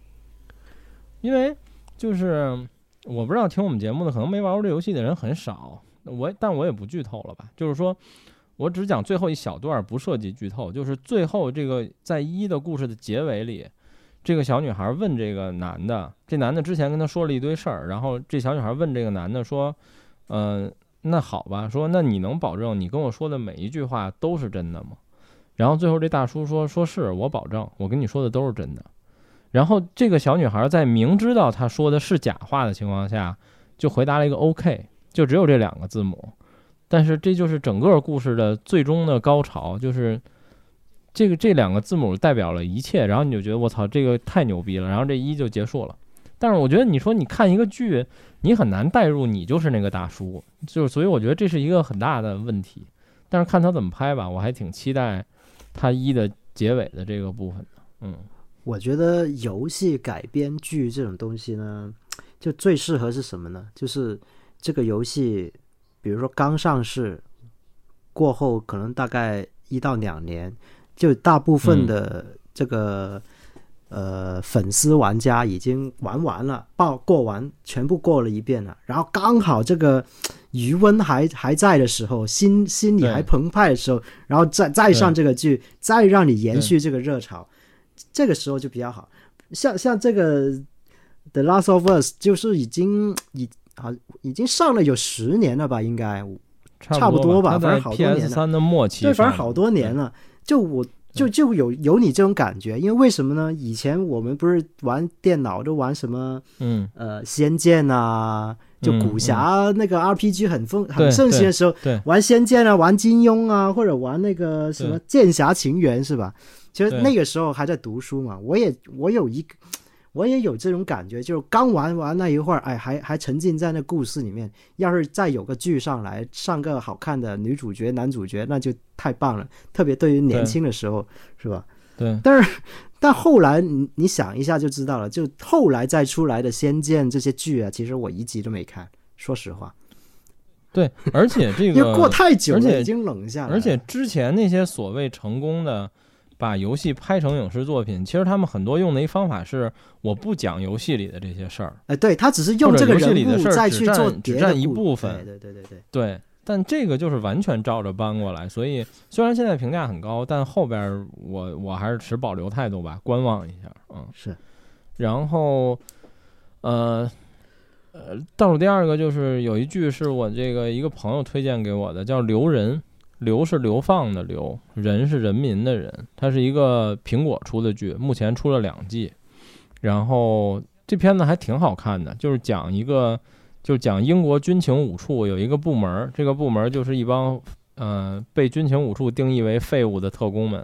A: 因为就是我不知道听我们节目的可能没玩过这游戏的人很少，我但我也不剧透了吧，就是说我只讲最后一小段儿，不涉及剧透，就是最后这个在一的故事的结尾里，这个小女孩问这个男的，这男的之前跟她说了一堆事儿，然后这小女孩问这个男的说，嗯、那好吧，说那你能保证你跟我说的每一句话都是真的吗？然后最后这大叔说说是我保证，我跟你说的都是真的。然后这个小女孩在明知道他说的是假话的情况下，就回答了一个 OK，就只有这两个字母。但是这就是整个故事的最终的高潮，就是这个这两个字母代表了一切。然后你就觉得我操，这个太牛逼了。然后这一就结束了。但是我觉得你说你看一个剧，你很难代入你就是那个大叔，就是所以我觉得这是一个很大的问题。但是看他怎么拍吧，我还挺期待他一的结尾的这个部分的。嗯，
C: 我觉得游戏改编剧这种东西呢，就最适合是什么呢？就是这个游戏，比如说刚上市过后，可能大概一到两年，就大部分的这个、呃粉丝玩家已经玩完了，报过完全部过了一遍了，然后刚好这个余温还还在的时候，心心里还
A: 对
C: 澎湃的时候，然后再再上这个剧，再让你延续这个热潮。这个时候就比较好。像像这个《The Last of Us》就是已经已好已经上了有十年了吧，应该
A: 差
C: 差不多
A: 吧，他
C: 吧反
A: 在
C: 正好多年
A: PS 三的末期
C: 对，
A: 上的，
C: 反正好多年了。就我就就有有你这种感觉，因为为什么呢？以前我们不是玩电脑都玩什么
A: 嗯，
C: 呃《仙剑》啊，就
A: 嗯
C: 武侠那个 RPG 很风、很
A: 对
C: 盛行的时候，
A: 对对
C: 玩《仙剑》啊，玩金庸啊，或者玩那个什么《剑侠情缘》是吧？其实
A: 对
C: 那个时候还在读书嘛，我也我有一个，我也有这种感觉，就是刚玩完那一会儿，哎，还还沉浸在那故事里面。要是再有个剧上来，上个好看的女主角、男主角，那就太棒了。特别对于年
A: 对
C: 轻的时候，是吧？
A: 对，
C: 但后来你你想一下就知道了，就后来再出来的《仙剑》这些剧啊，其实我一集都没看，说实话，
A: 对，而且这个
C: 因为过太久
A: 而
C: 了，
A: 且
C: 已经冷下来了。
A: 而且之前那些所谓成功的把游戏拍成影视作品，其实他们很多用的一方法是，我不讲游戏里的这些事儿，
C: 哎，对他只是用
A: 或者
C: 这
A: 游
C: 个
A: 戏
C: 人
A: 里的
C: 物
A: 事儿
C: 再
A: 只
C: 去
A: 占
C: 做
A: 只
C: 别的
A: 占一
C: 故
A: 部分
C: 对对对对
A: 对。但这个就是完全照着搬过来，所以虽然现在评价很高，但后边儿我我还是持保留态度吧，观望一下，嗯。
C: 是。
A: 然后，呃，呃，倒数第二个就是有一句是我这个一个朋友推荐给我的，叫“留人”，留是流放的流，人是人民的人。它是一个苹果出的剧，目前出了两季。然后这片子还挺好看的，就是讲一个，就是讲英国军情五处有一个部门儿，这个部门儿就是一帮呃被军情五处定义为废物的特工们。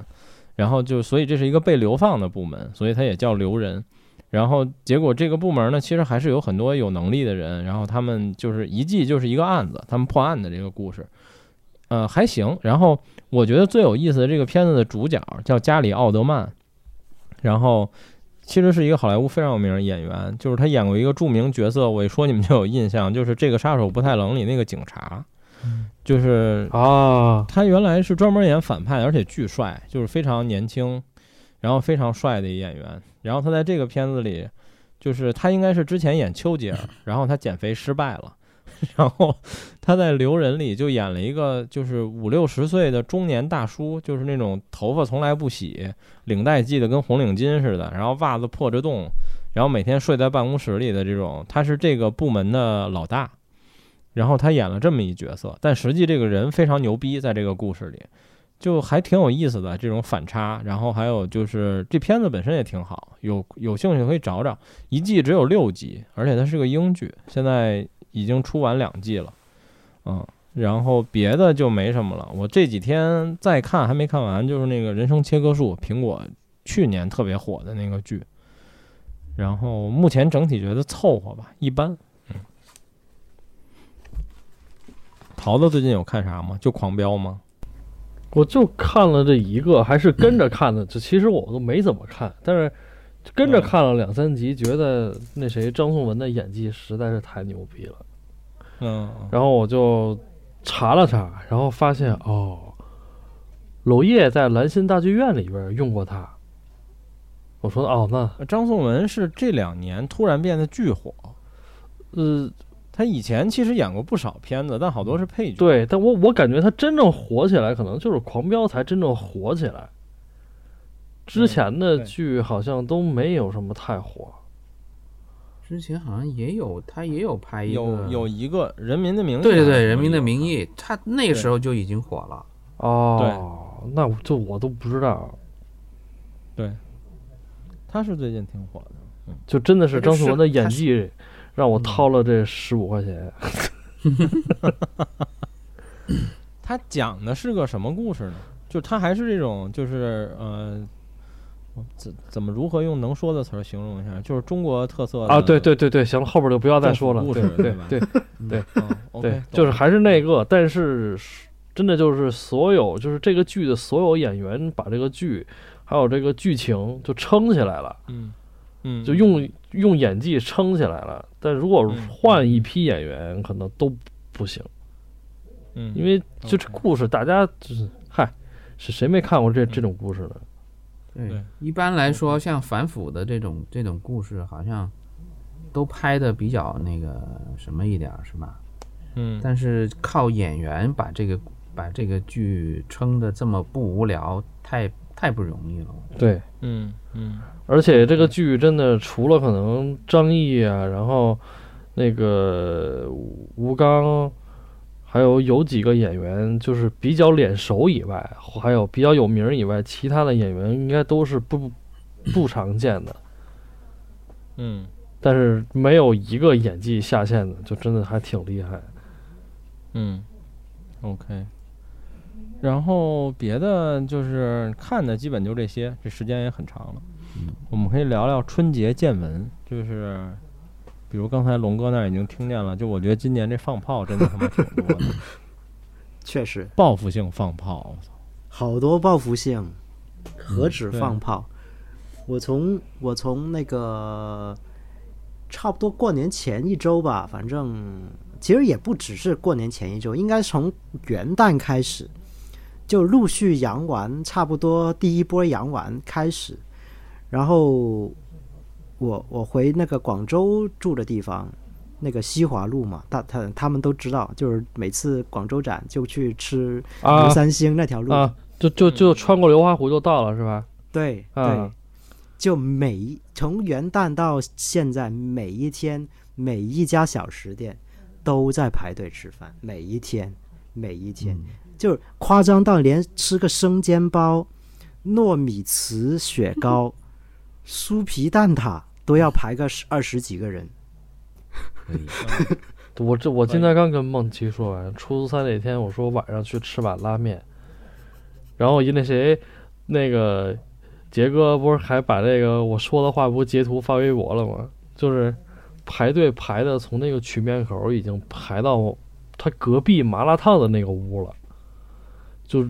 A: 然后就，所以这是一个被流放的部门，所以它也叫留人。然后结果这个部门呢，其实还是有很多有能力的人，然后他们就是一季就是一个案子，他们破案的这个故事，呃还行。然后我觉得最有意思的这个片子的主角叫加里奥德曼，然后其实是一个好莱坞非常有名的演员，就是他演过一个著名角色，我一说你们就有印象，就是这个杀手不太冷里那个警察，就是
B: 啊，
A: 他原来是专门演反派，而且巨帅，就是非常年轻，然后非常帅的一演员。然后他在这个片子里，就是他应该是之前演丘吉尔，然后他减肥失败了， 然后他在《留人》里就演了一个就是五六十岁的中年大叔，就是那种头发从来不洗，领带系得跟红领巾似的，然后袜子破着洞，然后每天睡在办公室里的这种，他是这个部门的老大。然后他演了这么一角色，但实际这个人非常牛逼，在这个故事里，就还挺有意思的这种反差。然后还有就是这片子本身也挺好，有有兴趣可以找找，一季只有六集，而且它是个英剧，现在已经出完两季了，嗯。然后别的就没什么了。我这几天再看还没看完，就是那个《人生切割术》，苹果去年特别火的那个剧。然后目前整体觉得凑合吧，一般。桃子最近有看啥吗？就《狂飙》吗？
B: 我就看了这一个，还是跟着看的。这其实我都没怎么看，但是跟
A: 嗯
B: 着看了两三集，觉得那谁张颂文的演技实在是太牛逼了。
A: 嗯，
B: 然后我就查了查，然后发现哦，娄烨在兰心大剧院里边用过他。我说哦，那
A: 张颂文是这两年突然变得巨火，
B: 呃，
A: 他以前其实演过不少片子，但好多是配角。，
B: 对，但我我感觉他真正火起来，可能就是《狂飙》才真正火起来。之前的
A: 对
B: 剧好像都没有什么太火，
D: 之前好像也有，他也有拍一个，
A: 有有一个《人民的名义》，啊
D: 对对对，《人民的名义》，他那个时候就已经火了。
B: 哦，那我这我都不知道，
A: 对，他是最近挺火的。
B: 就真的是
D: 这
B: 张颂
D: 是嗯
B: 文的演
D: 他
B: 技让我掏了这十五块钱。
A: 他讲的是个什么故事呢？就他还是这种，就是呃，我怎怎么如何用能说的词儿形容一下？就是中国特色
B: 啊，
A: 的
B: 对对对对，行了，后边就不要再说了。
A: 政府故
B: 对
A: 事对
B: 对
A: 吧
B: 对
A: 嗯，OK，
B: 对
A: 懂，
B: 就是
A: 了
B: 还是那个，但是真的就是所有就是这个剧的所有演员把这个剧还有这个剧情就撑起来了，
A: 嗯嗯，
B: 就用用演技撑起来了。但如果
A: 嗯
B: 换一批演员，可能都不行，
A: 嗯，
B: 因为就这
A: OK
B: 故事大家就是嗨，是谁没看过这这种故事呢？
A: 对
D: 对，一般来说，像反腐的这种这种故事，好像都拍的比较那个什么一点儿，是吧？
A: 嗯
D: 但是靠演员把这个把这个剧撑的这么不无聊，太太不容易了。
B: 对，
A: 嗯嗯
B: 而且这个剧真的除了可能张译啊，然后那个吴吴刚，还有有几个演员就是比较脸熟以外，还有比较有名儿以外，其他的演员应该都是不不常见的，
A: 嗯
B: 但是没有一个演技下线的，就真的还挺厉害。
A: 嗯，OK。然后别的就是看的基本就这些，这时间也很长了。我们可以聊聊春节见闻，就是比如刚才龙哥那儿已经听见了，就我觉得今年这放炮真的他妈挺多的，
C: 确实
A: 报复性放炮，我操
C: 好多报复性，
B: 嗯
C: 何止
A: 对
C: 放炮？我从我从那个差不多过年前一周吧，反正其实也不只是过年前一周，应该从元旦开始就陆续阳完，差不多第一波阳完开始，然后我我回那个广州住的地方，那个西华路嘛，大他他们都知道，就是每次广州展就去吃
B: 啊
C: 刘三星那条路，
B: 啊，就就就穿过流花湖就到了是吧？
C: 对对、
B: 啊
C: 就每一从元旦到现在，每一天每一家小食店都在排队吃饭，每一天每一天、
D: 嗯
C: 就是夸张到连吃个生煎包、糯米糍雪糕、酥皮蛋挞都要排个十二十几个人。
D: 可以，
B: 我这我今天刚跟梦琪说完，初三那天我说晚上去吃碗拉面，然后一那谁，那个杰哥不是还把这个我说的话不截图发微博了吗？就是排队排的从那个曲面口已经排到他隔壁麻辣烫的那个屋了，就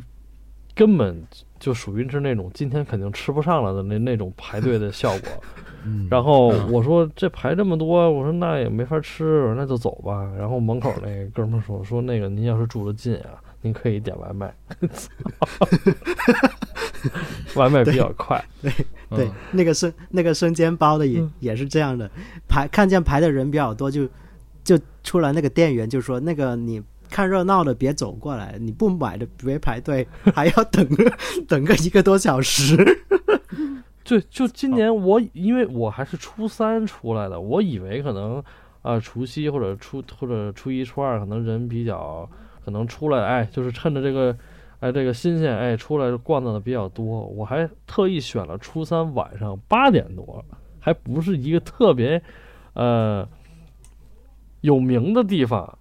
B: 根本就属于是那种今天肯定吃不上了的那那种排队的效果。
D: 嗯，
B: 然后我说这排这么多，我说那也没法吃，我说那就走吧。然后门口那哥们儿说说那个您要是住的近啊，您可以点外卖， 外卖比较快。
A: 嗯
C: 对，那个生那个生煎包的也、也是这样的，排看见排的人比较多，就就出来那个店员就说：“那个你看热闹的别走过来，你不买的别排队，还要等 个等个一个多小时。
B: 就就今年我因为我还是初三出来的，我以为可能啊、呃除夕或者初或者初一初二可能人比较可能出来哎就是趁着这个哎这个新鲜哎出来逛荡的比较多，我还特意选了初三晚上八点多，还不是一个特别呃有名的地方，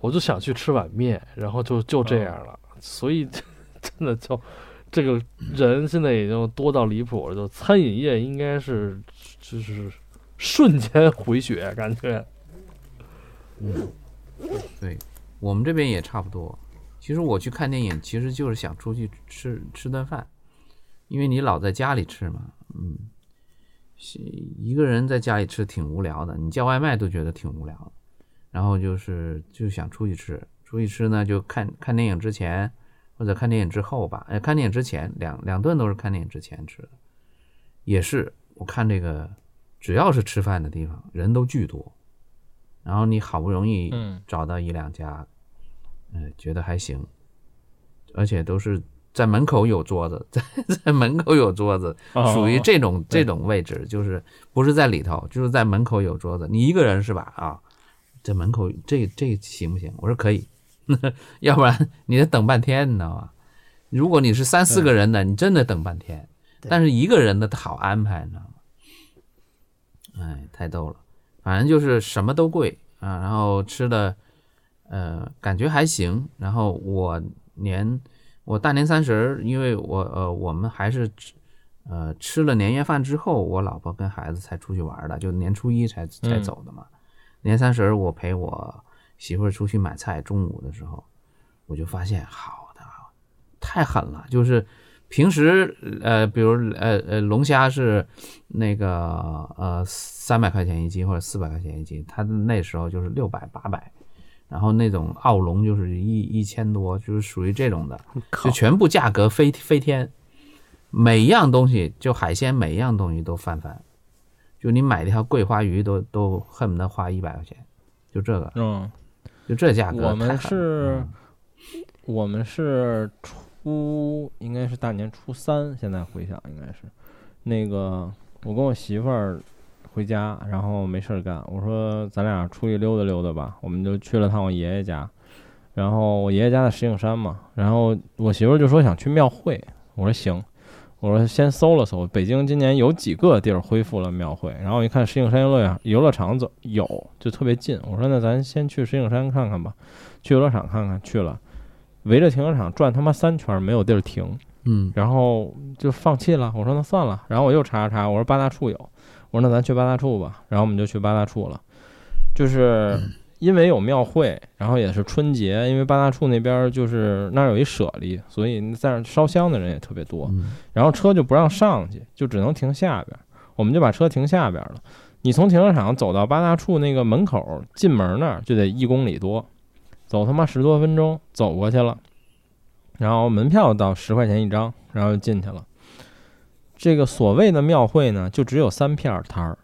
B: 我就想去吃碗面，然后就就这样了，所以真的就。这个人现在已经多到离谱了，就餐饮业应该是就是瞬间回血，感觉
D: 我们这边也差不多。其实我去看电影，其实就是想出去吃吃顿饭，因为你老在家里吃嘛，嗯，是一个人在家里吃挺无聊的，你叫外卖都觉得挺无聊的。然后就是就想出去吃，出去吃呢就看看电影之前或者看电影之后吧，哎，看电影之前两两顿都是看电影之前吃的，也是我看这个只要是吃饭的地方人都巨多，然后你好不容易
A: 嗯
D: 呃找到一两家，嗯、觉得还行，而且都是在门口有桌子，在在门口有桌子，
A: 哦
B: 哦
D: 属于这种
A: 对
D: 这种位置，就是不是在里头，就是在门口有桌子，你一个人是吧？啊，这门口这这行不行？我说可以， 要不然你得等半天，你知道吗？如果你是三四个人的，你真的等半天，
C: 对
D: 但是一个人的他好安排，你知道吗？哎，太逗了，反正就是什么都贵啊，然后吃的，呃，感觉还行，然后我年我大年三十儿，因为我呃我们还是吃呃吃了年夜饭之后，我老婆跟孩子才出去玩儿的，就年初一才才
A: 嗯
D: 走的嘛。年三十儿我陪我媳妇儿出去买菜，中午的时候我就发现，好的，太狠了，就是。平时，呃，比如，呃呃，龙虾是那个呃三百块钱一斤或者四百块钱一斤，它那时候就是六百八百，然后那种澳龙就是一一千多，就是属于这种的。
C: 靠
D: 就，全部价格飞飞天，每一样东西就海鲜每一样东西都翻番，就你买一条桂花鱼都都恨不得花一百块钱，就这个
A: 嗯，
D: 就这价格
A: 我们
D: 太狠了
A: 是
D: 嗯
A: 我们是初，应该是大年初三，现在回想应该是，那个我跟我媳妇儿回家，然后没事儿干，我说咱俩出去溜达溜达吧，我们就去了趟我爷爷家，然后我爷爷家在石景山嘛，然后我媳妇儿就说想去庙会，我说行。我说先搜了搜，北京今年有几个地儿恢复了庙会，然后一看石景山游乐园游乐场走有，就特别近。我说那咱先去石景山看看吧，去游乐场看看去了，围着停车场转他妈三圈儿没有地儿停，
D: 嗯
A: 然后就放弃了。我说那算了，然后我又查了查，我说八大处有，我说那咱去八大处吧，然后我们就去八大处了，就是。因为有庙会，然后也是春节，因为八大处那边儿就是那儿有一舍利，所以在那儿烧香的人也特别多。
D: 嗯
A: 然后车就不让上去，就只能停下边儿。我们就把车停下边儿了。你从停车场走到八大处那个门口，进门那儿就得一公里多，走他妈十多分钟走过去了。然后门票到十块钱一张，然后就进去了。这个所谓的庙会呢，就只有三片儿摊儿。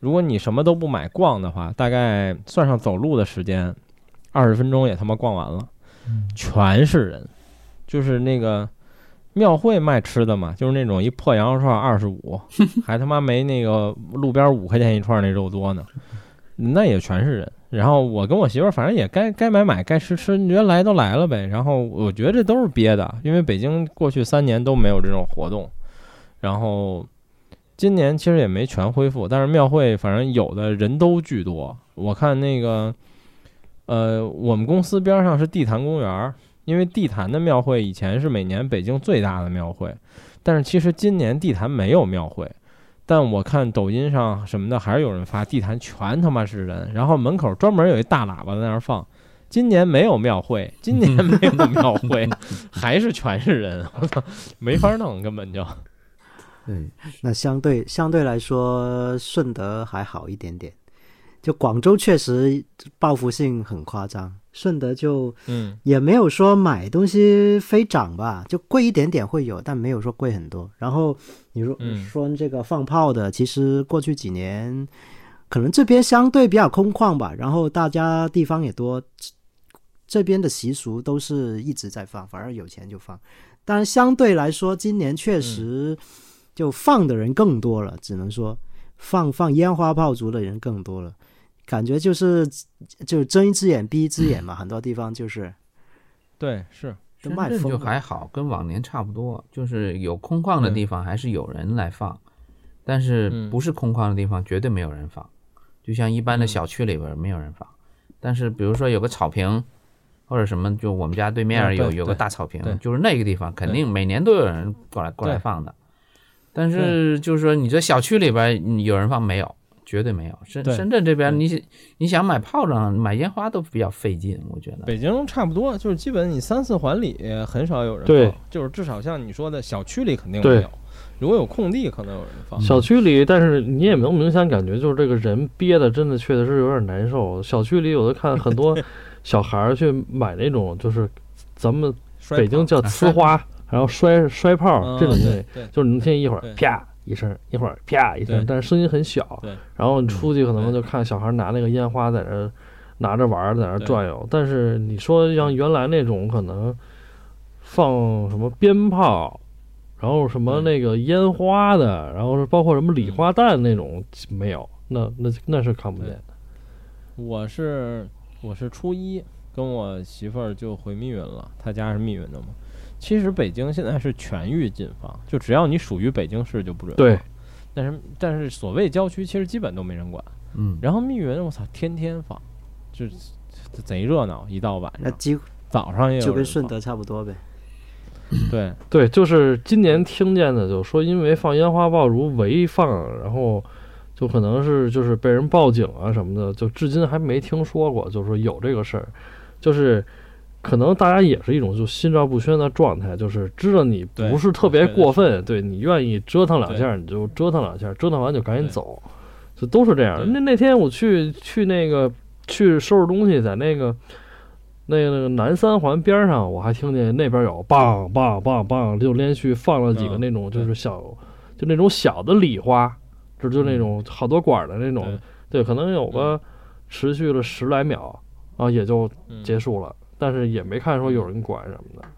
A: 如果你什么都不买逛的话，大概算上走路的时间，二十分钟也他妈逛完了，全是人，就是那个庙会卖吃的嘛，就是那种一破羊肉串二十五，还他妈没那个路边五块钱一串那肉多呢，那也全是人。然后我跟我媳妇儿，反正也该该买买，该吃吃，你觉得来都来了呗。然后我觉得这都是憋的，因为北京过去三年都没有这种活动，然后今年其实也没全恢复，但是庙会反正有的人都巨多。我看那个，呃，我们公司边上是地坛公园儿，因为地坛的庙会以前是每年北京最大的庙会，但是其实今年地坛没有庙会，但我看抖音上什么的还是有人发地坛全他妈是人，然后门口专门有一大喇叭在那儿放。今年没有庙会，今年没有庙 会，还是全是人，我操，没法弄，根本就。
D: 对，
C: 那相对相对来说，顺德还好一点点。就广州确实报复性很夸张，顺德就
A: 嗯
C: 也没有说买东西飞涨吧，就贵一点点会有，但没有说贵很多。然后你说、
A: 嗯
C: 说这个放炮的，其实过去几年可能这边相对比较空旷吧，然后大家地方也多，这边的习俗都是一直在放，反而有钱就放。当然相对来说，今年确实
A: 嗯
C: 就放的人更多了，只能说放放烟花爆竹的人更多了。感觉就是就睁一只眼闭一只眼嘛，很多地方就是，
A: 对，是，
C: 都
D: 深
C: 卖
D: 圳
C: 疯
D: 就
C: 了
D: 还好，跟往年差不多，就是有空旷的
A: 嗯
D: 地方还是有人来放，但是
A: 嗯
D: 不是空旷的地方绝对没有人放，就像一般的
A: 嗯
D: 小区里边没有人放，但是比如说有个草坪或者什么，就我们家对面
A: 啊
D: 有
A: 对
D: 有个
A: 对
D: 大草坪
A: 对，
D: 就是那个地方肯定每年都有人过来过来
A: 对
D: 放的，但是就是说你这小区里边你有人放没有？绝对没有。深
A: 对
D: 深圳这边
A: 对
D: 你想你想买炮仗、买烟花都比较费劲，我觉得。
A: 北京差不多，就是基本你三四环里很少有人
B: 对
A: 放，就是至少像你说的小区里肯定
B: 对
A: 没有，如果有空地可能有人放。
B: 小区里，但是你也能明显感觉，就是这个人憋的，真的确实是有点难受。小区里有的看 很多小孩儿去买那种，就是咱们
A: 摔
B: 北京
A: 炮
B: 叫
D: 啊
B: 呲花，然后摔摔炮
A: 嗯
B: 啊这种东
A: 对
B: 西，
A: 对
B: 就是你能听见一会儿
A: 对
B: 啪一声，一会儿啪一声
A: 对，
B: 但是声音很小
A: 对。
B: 然后你出去可能
A: 嗯
B: 就看小孩拿那个烟花在那儿拿着玩，儿，在那儿
A: 对
B: 转悠。但是你说像原来那种可能。放什么鞭炮，然后什么
A: 嗯
B: 那个烟花的，然后是包括什么礼花弹那种没有，那那那是看不见的。
A: 我是我是初一跟我媳妇儿就回密云了，她家是密云的嘛。其实北京现在是全域禁放，就只要你属于北京市就不准放
B: 对，
A: 但是但是所谓郊区其实基本都没人管。
D: 嗯，
A: 然后密云我操天天放，就就贼热闹，一到晚
C: 那
A: 上
C: 几
A: 早上也有
C: 哎就跟
A: 人
C: 顺
A: 放
C: 德差不多呗。
A: 对
B: 对，就是今年听见的，就说因为放烟花爆竹违放，然后就可能是就是被人报警啊什么的，就至今还没听说过，就说有这个事儿，就是可能大家也是一种就心照不宣的状态，就是知道你
A: 对
B: 不是特
A: 我
B: 别
A: 觉得
B: 过
A: 是
B: 分，对你愿意折腾两
A: 对
B: 下儿你就折腾两下儿，折腾完就赶紧
A: 对
B: 走，就都是这样儿。
A: 对
B: 那那天我去去那个去收拾东西，在那个。那个南三环边儿上，我还听见那边有棒棒棒棒，就连续放了几个
A: 嗯
B: 那种就
A: 对
B: 是小，就那种小的礼花，就就那
A: 嗯
B: 种好多管儿的那种，
A: 对
B: 对，可能有个持续了十来秒啊，也就
A: 嗯
B: 结束了，但是也没看说有人管什么的。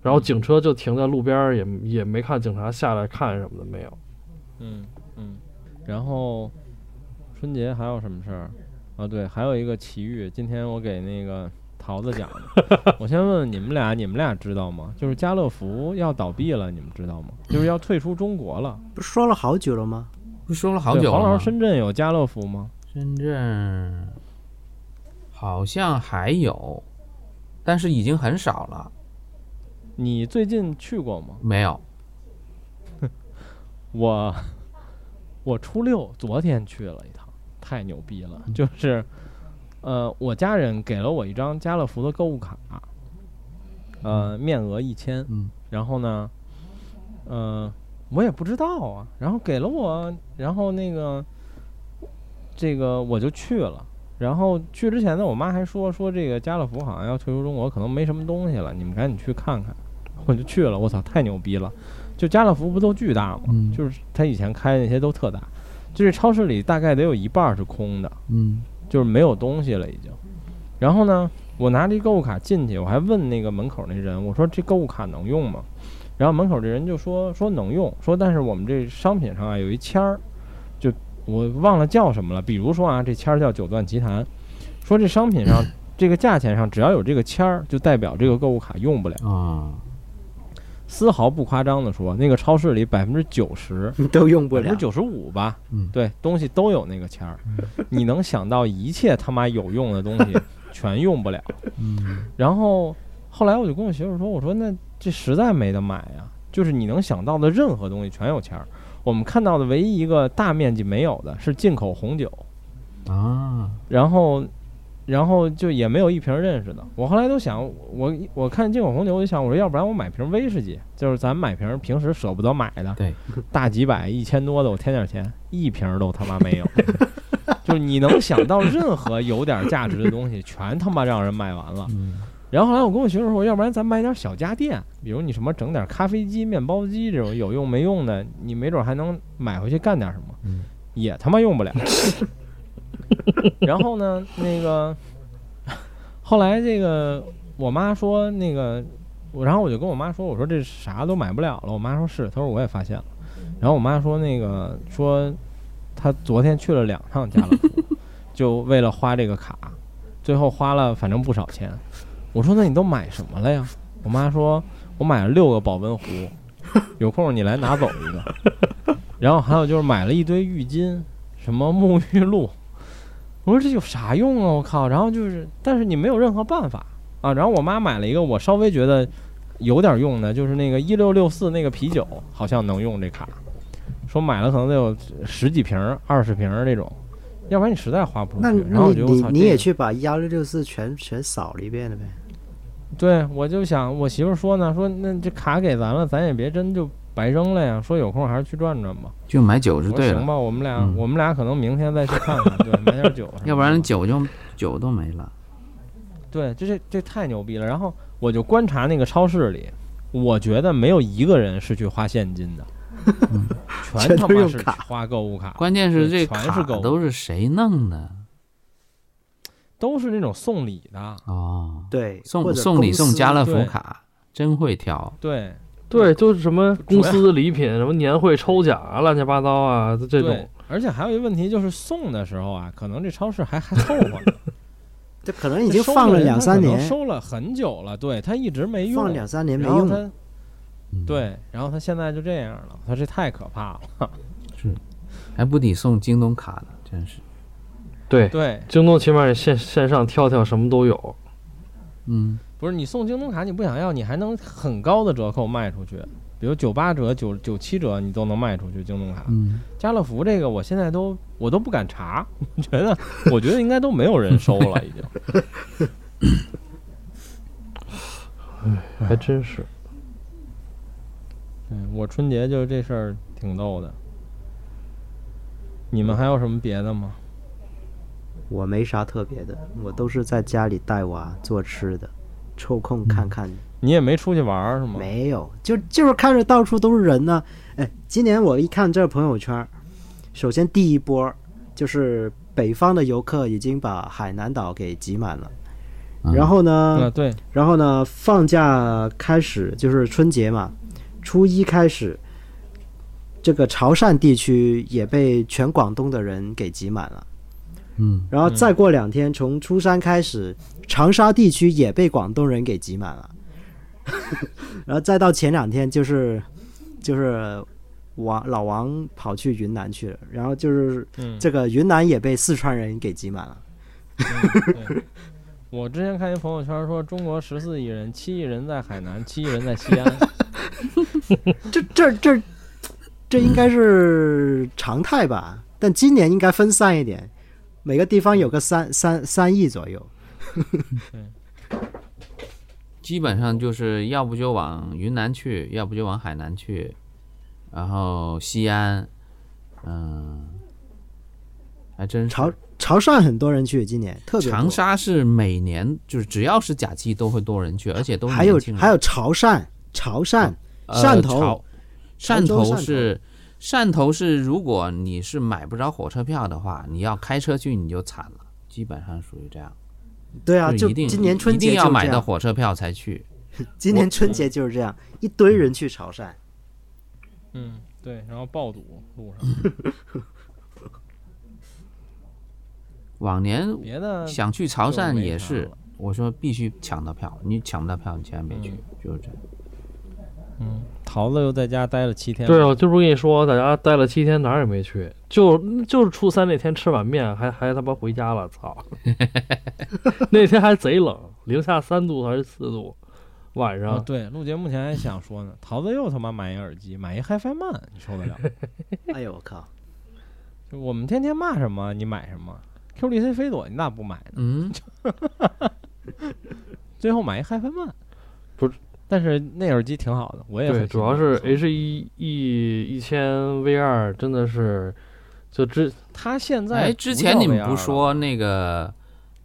B: 然后警车就停在路边儿，也也没看警察下来看什么的，没有。
A: 嗯嗯。然后春节还有什么事儿？啊，对，还有一个奇遇，今天我给那个桃子讲的。 我先问问你们俩，你们俩知道吗？就是家乐福要倒闭了，你们知道吗？就是要退出中国了。
C: 不是说了好久了吗？
D: 不是说 了好
A: 对
D: 久
A: 黄
D: 了
A: 老
D: 吗
A: 师，？深圳有家乐福吗？
D: 深圳好像还有，但是已经很少了。
A: 你最近去过吗？
D: 没有，
A: 我我初六昨天去了一趟，太牛逼了！
D: 嗯
A: 就是呃，我家人给了我一张家乐福的购物卡，呃，面额一千，
D: 嗯
A: 然后呢，呃，我也不知道啊，然后给了我，然后那个这个我就去了。然后去之前呢，我妈还说说这个家乐福好像要退出中国，可能没什么东西了，你们赶紧去看看。我就去了，我操，太牛逼了！就家乐福不都巨大吗？
D: 嗯
A: 就是他以前开的那些都特大，就是超市里大概得有一半儿是空的，
D: 嗯
A: 就是没有东西了已经。然后呢，我拿这购物卡进去，我还问那个门口那人，我说这购物卡能用吗？然后门口这人就说说能用，说但是我们这商品上啊有一签儿，就我忘了叫什么了，比如说啊这签儿叫九段奇谭，说这商品上这个价钱上只要有这个签儿，就代表这个购物卡用不了。
D: 啊，
A: 丝毫不夸张的说，那个超市里百分之九十
C: 都用不
A: 百分
C: 了
A: 之。九十五吧，
D: 嗯
A: 对，东西都有那个签儿，
C: 嗯
A: 你能想到一切他妈有用的东 西全用不了。
D: 嗯
A: 然后后来我就跟我媳妇儿说，我说那这实在没得买呀，就是你能想到的任何东西全有签儿。我们看到的唯一一个大面积没有的是进口红酒，
D: 啊，
A: 然后，然后就也没有一瓶认识的。我后来都想，我我看进口红酒，我就想，我说要不然我买瓶威士忌，就是咱买瓶平时舍不得买的，
D: 对，
A: 大几百、一千多的，我添点钱，一瓶都他妈没有。 就是你能想到任何有点价值的东西，全他妈让人卖完了。
D: 嗯
A: 然后后来我跟我媳妇儿说，要不然咱买点小家电，比如你什么整点咖啡机、面包机这种有用没用的，你没准还能买回去干点什么，
D: 嗯
A: 也他妈用不了。然后呢，那个后来这个我妈说那个，我然后我就跟我妈说，我说这啥都买不了了。我妈说是，她说我也发现了。然后我妈说那个说她昨天去了两趟家乐福，就为了花这个卡，最后花了反正不少钱。我说那你都买什么了呀？我妈说我买了六个保温壶，有空你来拿走一个。然后还有就是买了一堆浴巾，什么沐浴露。我说这有啥用啊！我靠！然后就是，但是你没有任何办法啊。然后我妈买了一个我稍微觉得有点用的，就是那个一六六四那个啤酒，好像能用这卡。说买了可能得有十几瓶儿、二十瓶儿这种，要不然你实在花不出
C: 那
A: 去
C: 你。
A: 然后我
C: 你
A: 觉得我
C: 你
A: 操，
C: 你
A: 这
C: 也
A: 个
C: 去把幺六六四全全扫了一遍了呗？
A: 对，我就想，我媳妇儿说呢，说那这卡给咱了，咱也别真就白扔了呀。说有空还是去转转吧。
D: 就买酒就
A: 我说
D: 对
A: 行
D: 了，
A: 吧，我们俩、
D: 嗯
A: 我们俩可能明天再去看看，对，买点酒什么的。
D: 要不然酒就酒都没了。
A: 对，这这这太牛逼了。然后我就观察那个超市里，我觉得没有一个人是去花现金的，
D: 嗯
C: 全
A: 全他
C: 都
A: 妈
C: 用
A: 是
C: 卡
A: 花购物卡，
D: 关键是
A: 对
D: 这
A: 全是
D: 卡
A: 狗
D: 都是谁弄的
A: 都是那种送礼的。
D: 哦，
C: 对，或
D: 送
C: 者
D: 哦送礼
C: 公司
D: 送家乐福
A: 对
D: 卡，真会挑。
A: 对
B: 对，就是什么
A: 主要
B: 公司礼品、什么年会抽奖啊，乱七八糟啊，这这
A: 对
B: 种。
A: 而且还有一个问题就是送的时候啊，可能这超市还还凑合呢，
C: 这可能已经放了两三
A: 收的人
C: 年
A: 他可能，收了很久了，对他一直没用，
C: 放了两三年没
A: 然后
C: 用，
A: 他
D: 嗯，
A: 对，然后他现在就这样了，他这太可怕了。
D: 还不抵送京东卡呢，真是。
B: 对，
A: 对，
B: 京东起码你线线上跳跳什么都有。
D: 嗯，
A: 不是你送京东卡你不想要，你还能很高的折扣卖出去，比如九八折、九九七折，你都能卖出去京东卡。
D: 嗯，
A: 家乐福这个我现在都我都不敢查， 我觉得我觉得应该都没有人收了， 已经。
B: 还真是。
A: 嗯，我春节就是这事儿挺逗的。你们还有什么别的吗？
C: 我没啥特别的，我都是在家里带娃做吃的，抽空
A: 嗯
C: 看看。
A: 你也没出去玩儿是吗？
C: 没有，就就是看着到处都是人呢、哎，今年我一看这朋友圈儿，首先第一波儿就是北方的游客已经把海南岛给挤满了，
D: 嗯
C: 然后呢，
A: 啊，对，
C: 然后呢，放假开始就是春节嘛，初一开始，这个潮汕地区也被全广东的人给挤满了。
D: 嗯，
C: 然后再过两天，从初三开始，长沙地区也被广东人给挤满 了。然后再到前两天，就是就是王老王跑去云南去了，然后就是
A: 嗯，
C: 这个云南也被四川人给挤满了。
A: 对我之前看一朋友圈说，中国十四亿人，七亿人在海南，七亿人在西安。
C: 这这这这应该是常态吧？但今年应该分散一点，每个地方有个三三三亿左右。
D: 基本上就是要不就往云南去，要不就往海南去，然后西安，嗯，还真是
C: 潮潮汕很多人去，今年特别多
D: 长沙是每年就是只要是假期都会多人去，而且都是
C: 还有
D: 年轻人
C: 还有潮汕，潮汕、
D: 呃
C: 汕头
D: 潮
C: 潮
D: 汕
C: 州
D: 头是汕头是，如果你是买不着火车票的话，你要开车去你就惨了，基本上属于这样。
C: 对啊，
D: 就
C: 就
D: 一定
C: 今年春
D: 一
C: 节
D: 定
C: 就
D: 要
C: 是这
D: 买到
C: 样。
D: 火车票才去。
C: 今年春节就是这样，一堆人去潮汕。
A: 嗯，对，然后爆肚路
B: 嗯
A: 上，
D: 往年
A: 别的
D: 想去潮
A: 嗯就
D: 汕
A: 没
D: 也
A: 啥
D: 是
A: 了，
D: 我说必须抢到票，你抢不到票你千万别去，就是这样。
A: 嗯，桃子又在家待了七天。
B: 对啊，我就不跟你说，在家待了七天，哪儿也没去，就就是初三那天吃碗面，还还他妈回家了，操！那天还贼冷，零下三度还是四度，晚上。
D: 嗯
A: 啊，对，录节目前还想说呢，桃子又他妈买一耳机，买一 HiFi Man，你受得了？嗯
C: 哎呦我靠！
A: 就我们天天骂什么，你买什么？QDC 飞朵，你咋不买呢？
D: 嗯，
A: 最后买一 HiFi Man，
B: 不是？
A: 但是那耳机挺好的，我也
B: 对，
A: 很喜
B: 主要
A: 欢
B: 是
A: 不错
B: H 一 E 一千 V 二真的是，就之
A: 它现在
D: 哎，
A: 不
D: 之
A: 叫
D: 前你们
A: VR
D: 不
A: 了
D: 说那个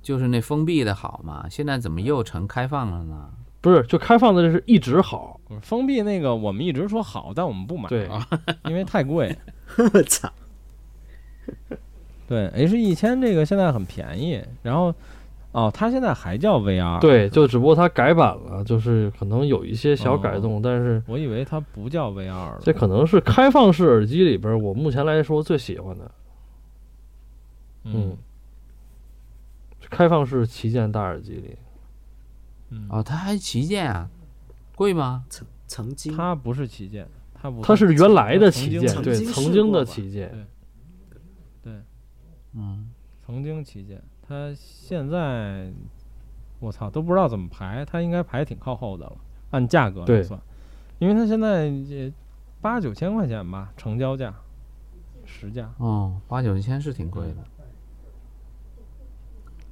D: 就是那封闭的好吗？现在怎么又成开放了呢？
B: 不是就开放的是一直好，
A: 不是封闭那个，我们一直说好，但我们不买，
B: 对，
A: 因为太贵。
C: 我操！
A: 对，H 一千这个现在很便宜，然后哦，它现在还叫 VR，，
B: 对，就只不过它改版了，就是可能有一些小改动，但是
A: 我以为它不叫 VR 了。
B: 这可能是开放式耳机里边儿我目前来说最喜欢的。
A: 嗯
B: 开放式旗舰大耳机里，
A: 嗯，
D: 哦，它还旗舰啊，贵吗？
C: 曾曾经
A: 它不是旗舰，它不，
B: 它是原来的旗舰，
A: 曾经
B: 对，
C: 曾经
B: 曾
C: 试
B: 经
C: 过
B: 的
C: 吧
B: 旗舰
A: 对，
D: 嗯，
A: 曾经旗舰，它现在我操都不知道怎么排，它应该排挺靠后的了，按价格来
B: 对
A: 算，因为它现在也八九千块钱吧，成交价，实价。
D: 哦，八九千是挺贵的，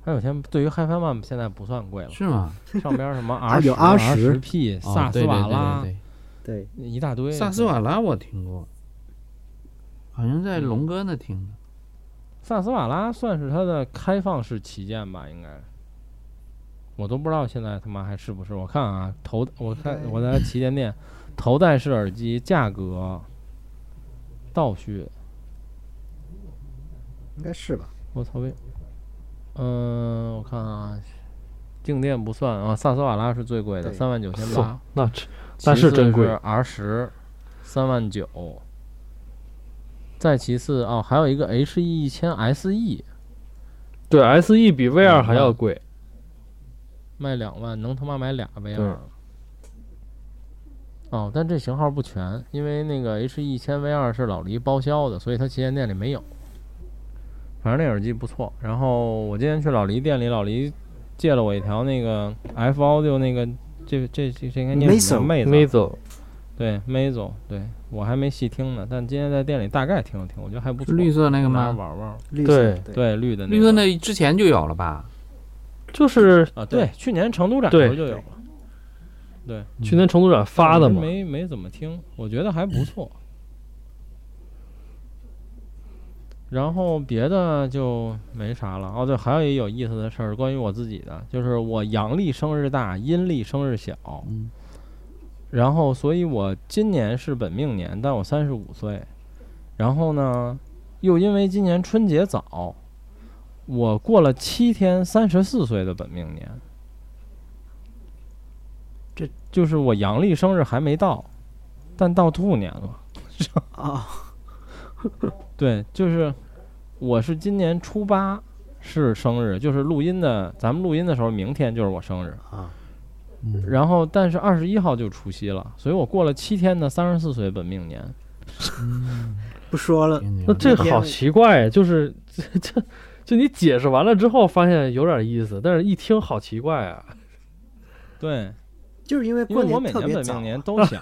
A: 八九千对于 HiFi Man 现在不算贵了，
D: 是吗？
A: 上边儿什么
C: 啊
A: R
C: 有
A: R 十
C: R10
A: P、
D: 哦
A: 萨斯瓦拉
D: 对对对对
C: 对
A: 一大堆，
D: 对萨斯瓦拉我听过，好像在龙哥那听的。
A: 萨斯瓦拉算是它的开放式旗舰吧，应该。我都不知道现在他妈还是不是？我看啊，头我看我在旗舰店，头戴式耳机价格倒序，
C: 应该是吧？
A: 我操喂，嗯、我看啊，静电不算啊，萨斯瓦拉是最贵的，
C: 对
A: 三万九千
B: 嚯
A: 八。
B: 那这那是真贵。
A: R 十三万九，再其次哦，还有一个 H E 一千 S E
B: 对，S E 比 V 二还要贵。
A: 卖两万，能他妈买俩 V
B: 对
A: 二。哦，但这型号不全，因为那个 H E 一千 V 二是老黎包销的，所以他旗舰店里没有。反正那耳机不错。然后我今天去老黎店里，老黎借了我一条那个 F Audio 那个，这这这这应该念什么？妹啊
B: m a z o
A: 对 m a z o 对我还没细听呢，但今天在店里大概听了听，我觉得还不错。
D: 绿色那
A: 那
D: 个
A: 玩
D: 吗？
A: 玩儿，
C: 绿色
B: 对
C: 对
A: 对绿的那
D: 绿
A: 个
D: 色那之前就有了吧？
B: 就是
A: 啊，对，去年成都展
B: 对
A: 时候就有了，
B: 去年成都展发的嘛。
A: 没没怎么听，我觉得还不错。然后别的就没啥了。哦，对，还有一有意思的事儿，关于我自己的，就是我阳历生日大，阴历生日小，
D: 嗯
A: 然后所以我今年是本命年，但我三十五岁。然后呢，又因为今年春节早，我过了七天三十四岁的本命年。这就是我阳历生日还没到，但到兔年了。
C: 啊，
A: 对，就是我是今年初八是生日，就是录音的，咱们录音的时候，明天就是我生日
C: 啊。
D: 嗯
A: 然后，但是二十一号就除夕了，所以我过了七天的三十四岁本命年。
C: 不说了，
D: 天哪
B: 那这好奇怪，啊就是 这这就你解释完了之后，发现有点意思，但是一听好奇怪啊。
A: 对，
C: 就是因为
A: 因
C: 过
A: 为我每
C: 特
A: 年
C: 别
A: 本
C: 早
A: 命年
C: 啊，
A: 都小。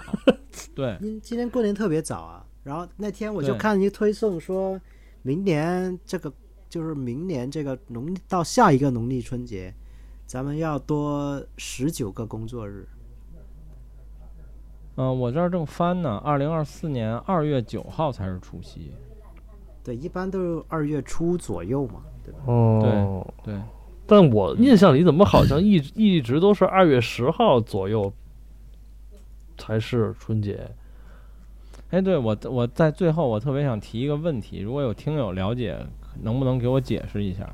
A: 对，
C: 因今年过年特别早啊。然后那天我就
A: 对
C: 看一个推送说，明年这个就是明年这个农历到下一个农历春节，咱们要多十九个工作日。
A: 嗯、我这儿正翻呢，二零二四年二月九号才是除夕。
C: 对，一般都是二月初左右嘛，对吧？
B: 哦，
A: 对，
B: 但我印象里怎么好像一一直都是二月十号左右才是春节？
A: 哎，对我我在最后我特别想提一个问题，如果有听友了解，能不能给我解释一下？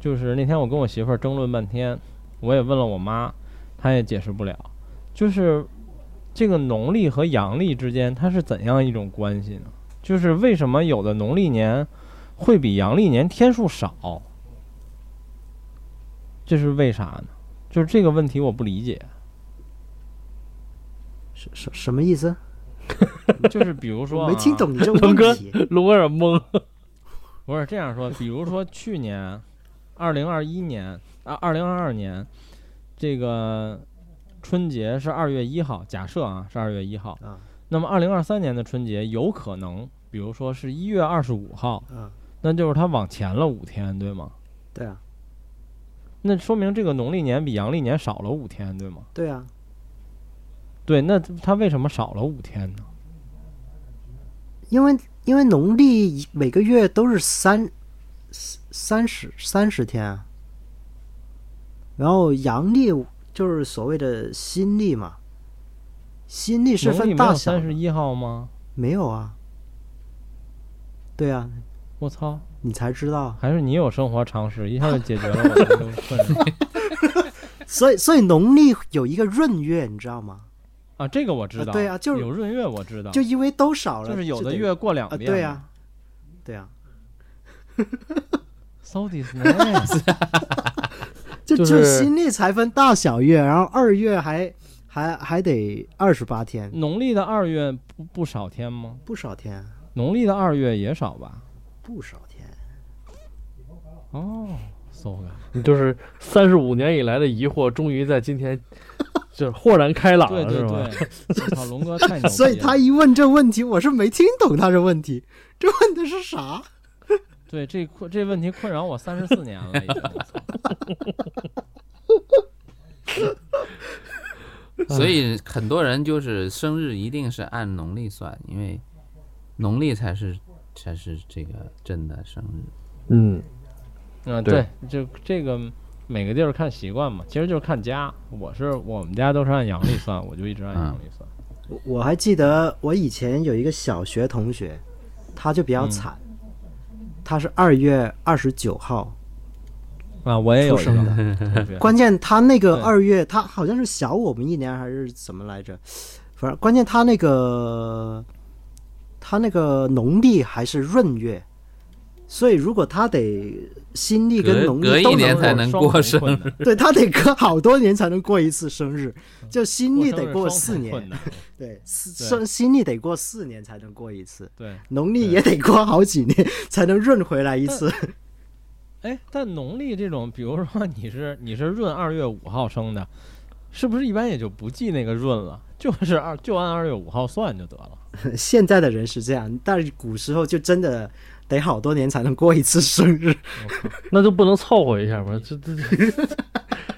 A: 就是那天我跟我媳妇儿争论半天，我也问了我妈，她也解释不了。就是这个农历和阳历之间，它是怎样一种关系呢？就是为什么有的农历年会比阳历年天数少？这是为啥呢？就是这个问题我不理解。
C: 什什什么意思？
A: 就是比如说、
C: 我
A: 啊，
C: 没听懂你这个
B: 龙
C: 问
B: 哥
C: 题。
B: 龙有点懵。
A: 不是这样说，比如说去年，二零二一年啊，二零二二年，这个春节是二月一号，假设啊是二月一号，
C: 啊
A: 那么二零二三年的春节有可能，比如说是一月二十五号，
C: 啊，
A: 那就是它往前了五天，对吗？
C: 对啊，
A: 那说明这个农历年比阳历年少了五天，对吗？
C: 对啊，
A: 对，那它为什么少了五天呢？
C: 因为因为农历每个月都是三三十三十天啊，然后阳历就是所谓的新历嘛，新历是
A: 农历
C: 分
A: 没有
C: 大小
A: 三十
C: 的，
A: 一号吗？
C: 没有啊。对啊，
A: 我操！
C: 你才知道，
A: 还是你有生活常识，一下就解决了我的这个困 扰
C: 所以所以农历有一个闰月，你知道吗？
A: 啊！这个我知
C: 啊
A: 道，
C: 对啊就是
A: 有闰月我知道，
C: 就因为都少了，
A: 就是有的
C: 得
A: 月过两
C: 啊，
A: 遍、
C: 对啊，对啊，
A: ，so this nice，
C: 就
B: 就
C: 就是新历才分大小月，然后二月还还还得二十八天，
A: 农历的二月不不少天吗？
C: 不少天，
A: 农历的二月也少吧？
C: 不少天。
A: 哦，so good，
B: 就是三十五年以来的疑惑，终于在今天就是豁然开朗
A: 对
B: 了，
A: 对
B: 是吧？
A: 对，我操，龙哥太牛逼了！
C: 所以他一问这问题，我是没听懂他这问题，这问的是啥？
A: 对这困这问题困扰我三十四年了，已经。我 操
D: 所以很多人就是生日一定是按农历算，因为农历才是才是这个真的生日。
B: 嗯，
A: 嗯，
B: 对
A: 对，就这个每个地儿看习惯嘛，其实就是看家。我是我们家都是按阳历算，我就一直
C: 嗯
A: 按阳历算。
C: 我我还记得我以前有一个小学同学，
D: 嗯
C: 他就比较惨，他是二月二十九号
A: 啊，我也有一
C: 出生
A: 个同 学，
C: 关键他那个
A: 对
C: 二月，他好像是小我们一年还是怎么来着？反正关键他那个他那个农历还是闰月，所以如果他得新历跟
D: 隔
C: 农
D: 隔
C: 历
D: 一
C: 都能
D: 年
C: 过，
D: 才能过
A: 双
D: 生
A: 重
D: 日
A: 困，
C: 对他得隔好多年才能过一次生日，就新历得
A: 嗯
C: 过
A: 过
C: 四
A: 生日双重困
C: 年，
A: 难
C: 对，四
A: 对
C: 生新历得过四年才能过一次，
A: 对，
C: 农历也得过好几年才能闰回来一次。
A: 哎，但农历这种，比如说你是你是闰二月五号生的，是不是一般也就不记那个闰了， 就是二就按二月五号算就得了。
C: 现在的人是这样，但是古时候就真的得好多年才能过一次生日。
B: 那就不能凑合一下吗？这这 这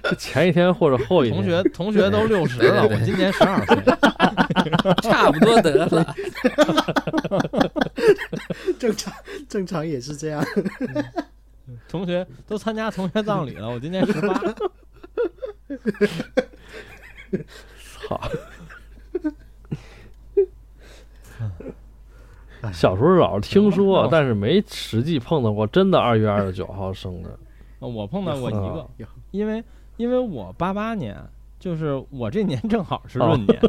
B: 这前一天或者后一天。
A: 同学同学都六十了，我今年十二岁，
D: 差不多得了。
C: 正常正常也是 这样。啊
A: 同学都参加同学葬礼了，我今年十八。
B: 小时候老是听
A: 嗯
B: 说，但是没实际碰到过真的二月二十九号生的。
A: 啊我碰到过一 个
C: 有，
A: 因为因为我八八年，就是我这年正好是闰年，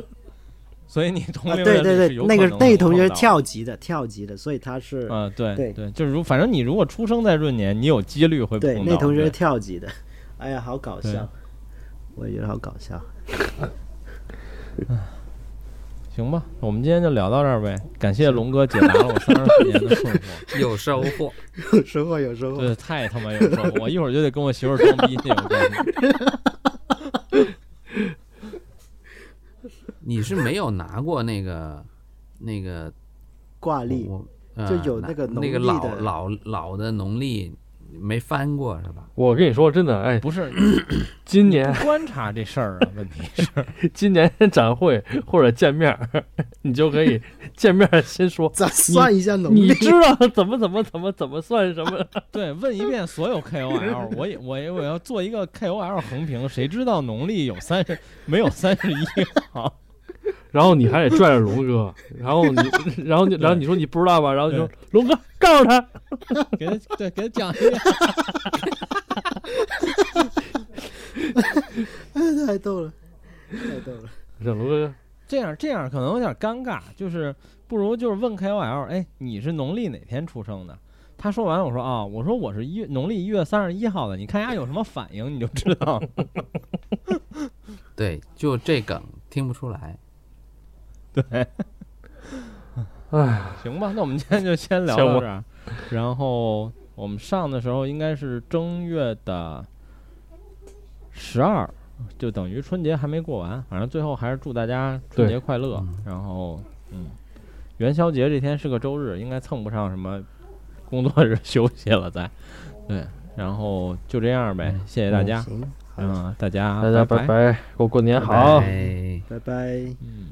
A: 所以你同
C: 啊，
A: 龄
C: 对
A: 人里
C: 对
A: 是
C: 对
A: 有，
C: 那
A: 可
C: 个
A: 能
C: 那
A: 能
C: 个同学
A: 碰到
C: 跳级的，跳级的，所以他是、
A: 啊，对
C: 对
A: 对，就是如反正你如果出生在闰年，你有几率会
C: 对
A: 碰到。
C: 那同学
A: 对
C: 是跳级的。哎呀，好搞
A: 对
C: 笑，我也觉得好搞 笑。
A: 行吧，我们今天就聊到这儿呗。感谢龙哥解答了我三十四年的困惑，
D: 有收获，
C: 有收获，有收获。
A: 对，太他妈有收获，我一会儿就得跟我媳妇儿装逼去。我告诉你，
D: 你是没有拿过那个那个
C: 挂历
D: 我呃
C: 就有那
D: 那
C: 个农
D: 那个
C: 历
D: 老
C: 的，
D: 老老的农历没翻过是吧？
B: 我跟你说，真的，哎，
A: 不是
B: 今
A: 你
B: 年
A: 不观察这事儿啊，问题是
B: 今年展会或者见面儿， 你就可以见面儿先说
C: 咱算一下农
B: 你
C: 历，
B: 知道怎么怎么怎么怎么算什么？
A: 对问一遍所有 KOL，我也我也我要做一个 KOL 横屏，谁知道农历有三十没有三十一号？
B: 然后你还得拽着龙 哥，然后你，然后你，然后你说你不知道吧？然后你说龙哥告诉他，
A: 给他对给他讲一遍。
C: 太逗了，太逗了。
B: 让龙哥
A: 这样这样可能有点尴尬，就是不如就是问 KOL，哎，你是农历哪天出生的？他说完，我说啊、我说我是一农历一月三十一号的，你看人家有什么反应你就知道了。
D: 对，就这梗听不出来。
A: 行吧，那我们今天就先聊
B: 行吧
A: 到这儿，然后我们上的时候应该是正月的十二，就等于春节还没过完。反正最后还是祝大家春节快乐。然后，嗯，元宵节这天是个周日，应该蹭不上什么工作日 休息了再。对，然后就这样呗，谢谢大家。
C: 行，好，
A: 嗯嗯，大家
B: 大家
A: 拜
B: 拜，给我过年好。
D: 拜拜
C: 拜拜。
A: 嗯。